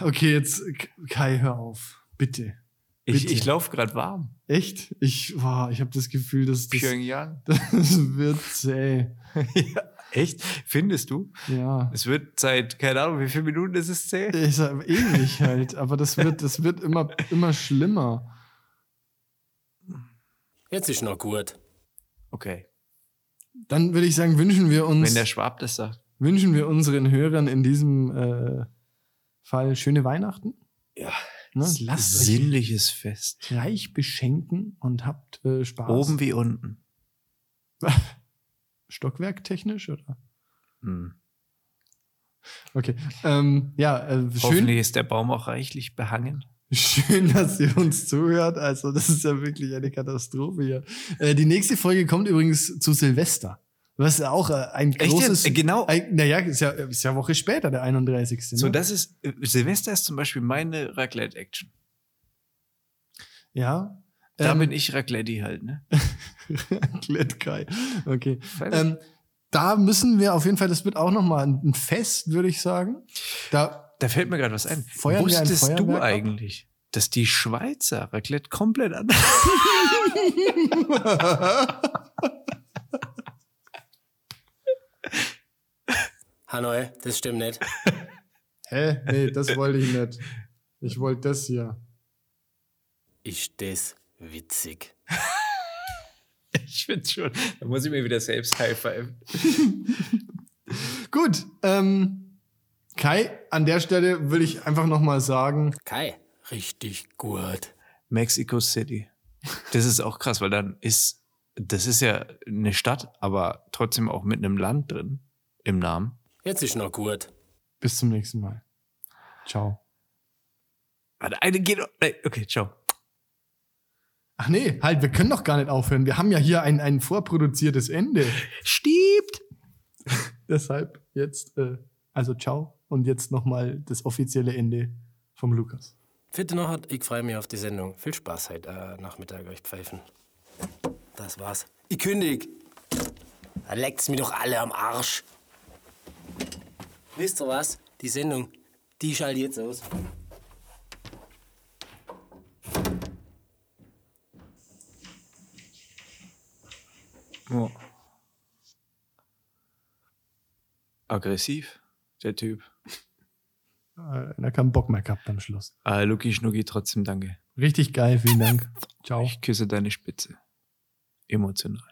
S2: Okay, jetzt, Kai, hör auf. Bitte.
S1: Ich,
S2: Bitte.
S1: ich laufe gerade warm.
S2: Echt? Ich, wow, ich habe das Gefühl, dass das,
S1: Pyongyang.
S2: das wird zäh.
S1: ja, echt? Findest du?
S2: Ja.
S1: Es wird seit, keine Ahnung, wie viele Minuten ist es zäh?
S2: Ich sag, ewig halt, aber das wird, das wird immer, immer schlimmer.
S3: Jetzt ist noch gut.
S1: Okay.
S2: Dann würde ich sagen, wünschen wir uns.
S1: Wenn der Schwab das sagt.
S2: wünschen wir unseren Hörern in diesem äh, Fall schöne Weihnachten.
S1: Ja.
S2: Ne? Lasst euch
S1: Sinnliches Fest.
S2: reich beschenken und habt äh, Spaß.
S1: Oben wie unten.
S2: Stockwerk technisch, oder?
S1: Hm.
S2: Okay. Ähm, ja, äh, schön,
S1: Hoffentlich ist der Baum auch reichlich behangen.
S2: schön, dass ihr uns zuhört. Also, das ist ja wirklich eine Katastrophe hier. Äh, die nächste Folge kommt übrigens zu Silvester. Was ja auch äh, ein großes.
S1: Äh, Genau.
S2: ein, naja, ist ja, ist ja Woche später, der 31.
S1: So,
S2: ne?
S1: das ist, äh, Silvester ist zum Beispiel meine Raclette-Action.
S2: ja.
S1: Da
S2: Ähm,
S1: bin ich Raclette halt, ne?
S2: Klett Kai. Okay.
S1: Fertig.
S2: Ähm, da müssen wir auf jeden Fall, das wird auch nochmal ein ein Fest, würde ich sagen. Da,
S1: da fällt mir gerade was ein.
S2: feuern wir ein
S1: Wusstest du
S2: Feuerwerk ab?
S1: eigentlich, dass die Schweizer Raclette komplett anders
S3: Hanoi, das stimmt nicht.
S2: hä? Nee, das wollte ich nicht. Ich wollte das hier.
S3: Ist das witzig.
S1: Ich find's schon. Da muss ich mir wieder selbst high five.
S2: Gut, ähm, Kai, an der Stelle würde ich einfach nochmal sagen,
S3: Kai, richtig gut.
S1: Mexico City. Das ist auch krass, weil dann ist, das ist ja eine Stadt, aber trotzdem auch mit einem Land drin im Namen.
S3: Jetzt ist noch gut.
S2: Bis zum nächsten Mal. Ciao.
S1: Warte, eine geht. nein, Okay, ciao.
S2: Ach nee, halt, wir können doch gar nicht aufhören. Wir haben ja hier ein, ein vorproduziertes Ende.
S1: Stiebt!
S2: Deshalb jetzt, äh, also ciao und jetzt nochmal das offizielle Ende vom Lukas.
S3: Fitte noch hat, ich freue mich auf die Sendung. Viel Spaß heute äh, Nachmittag euch pfeifen. Das war's. Ich kündig. Da leckt's mir doch alle am Arsch. Wisst ihr was? Die Sendung, die schalte ich jetzt aus.
S1: Ja. Aggressiv, der Typ.
S2: Äh, da kam Bock mehr gehabt am Schluss.
S1: Ah, Luki Schnucki, trotzdem danke.
S2: Richtig geil, vielen Dank. Ciao.
S1: Ich küsse deine Spitze. Emotional.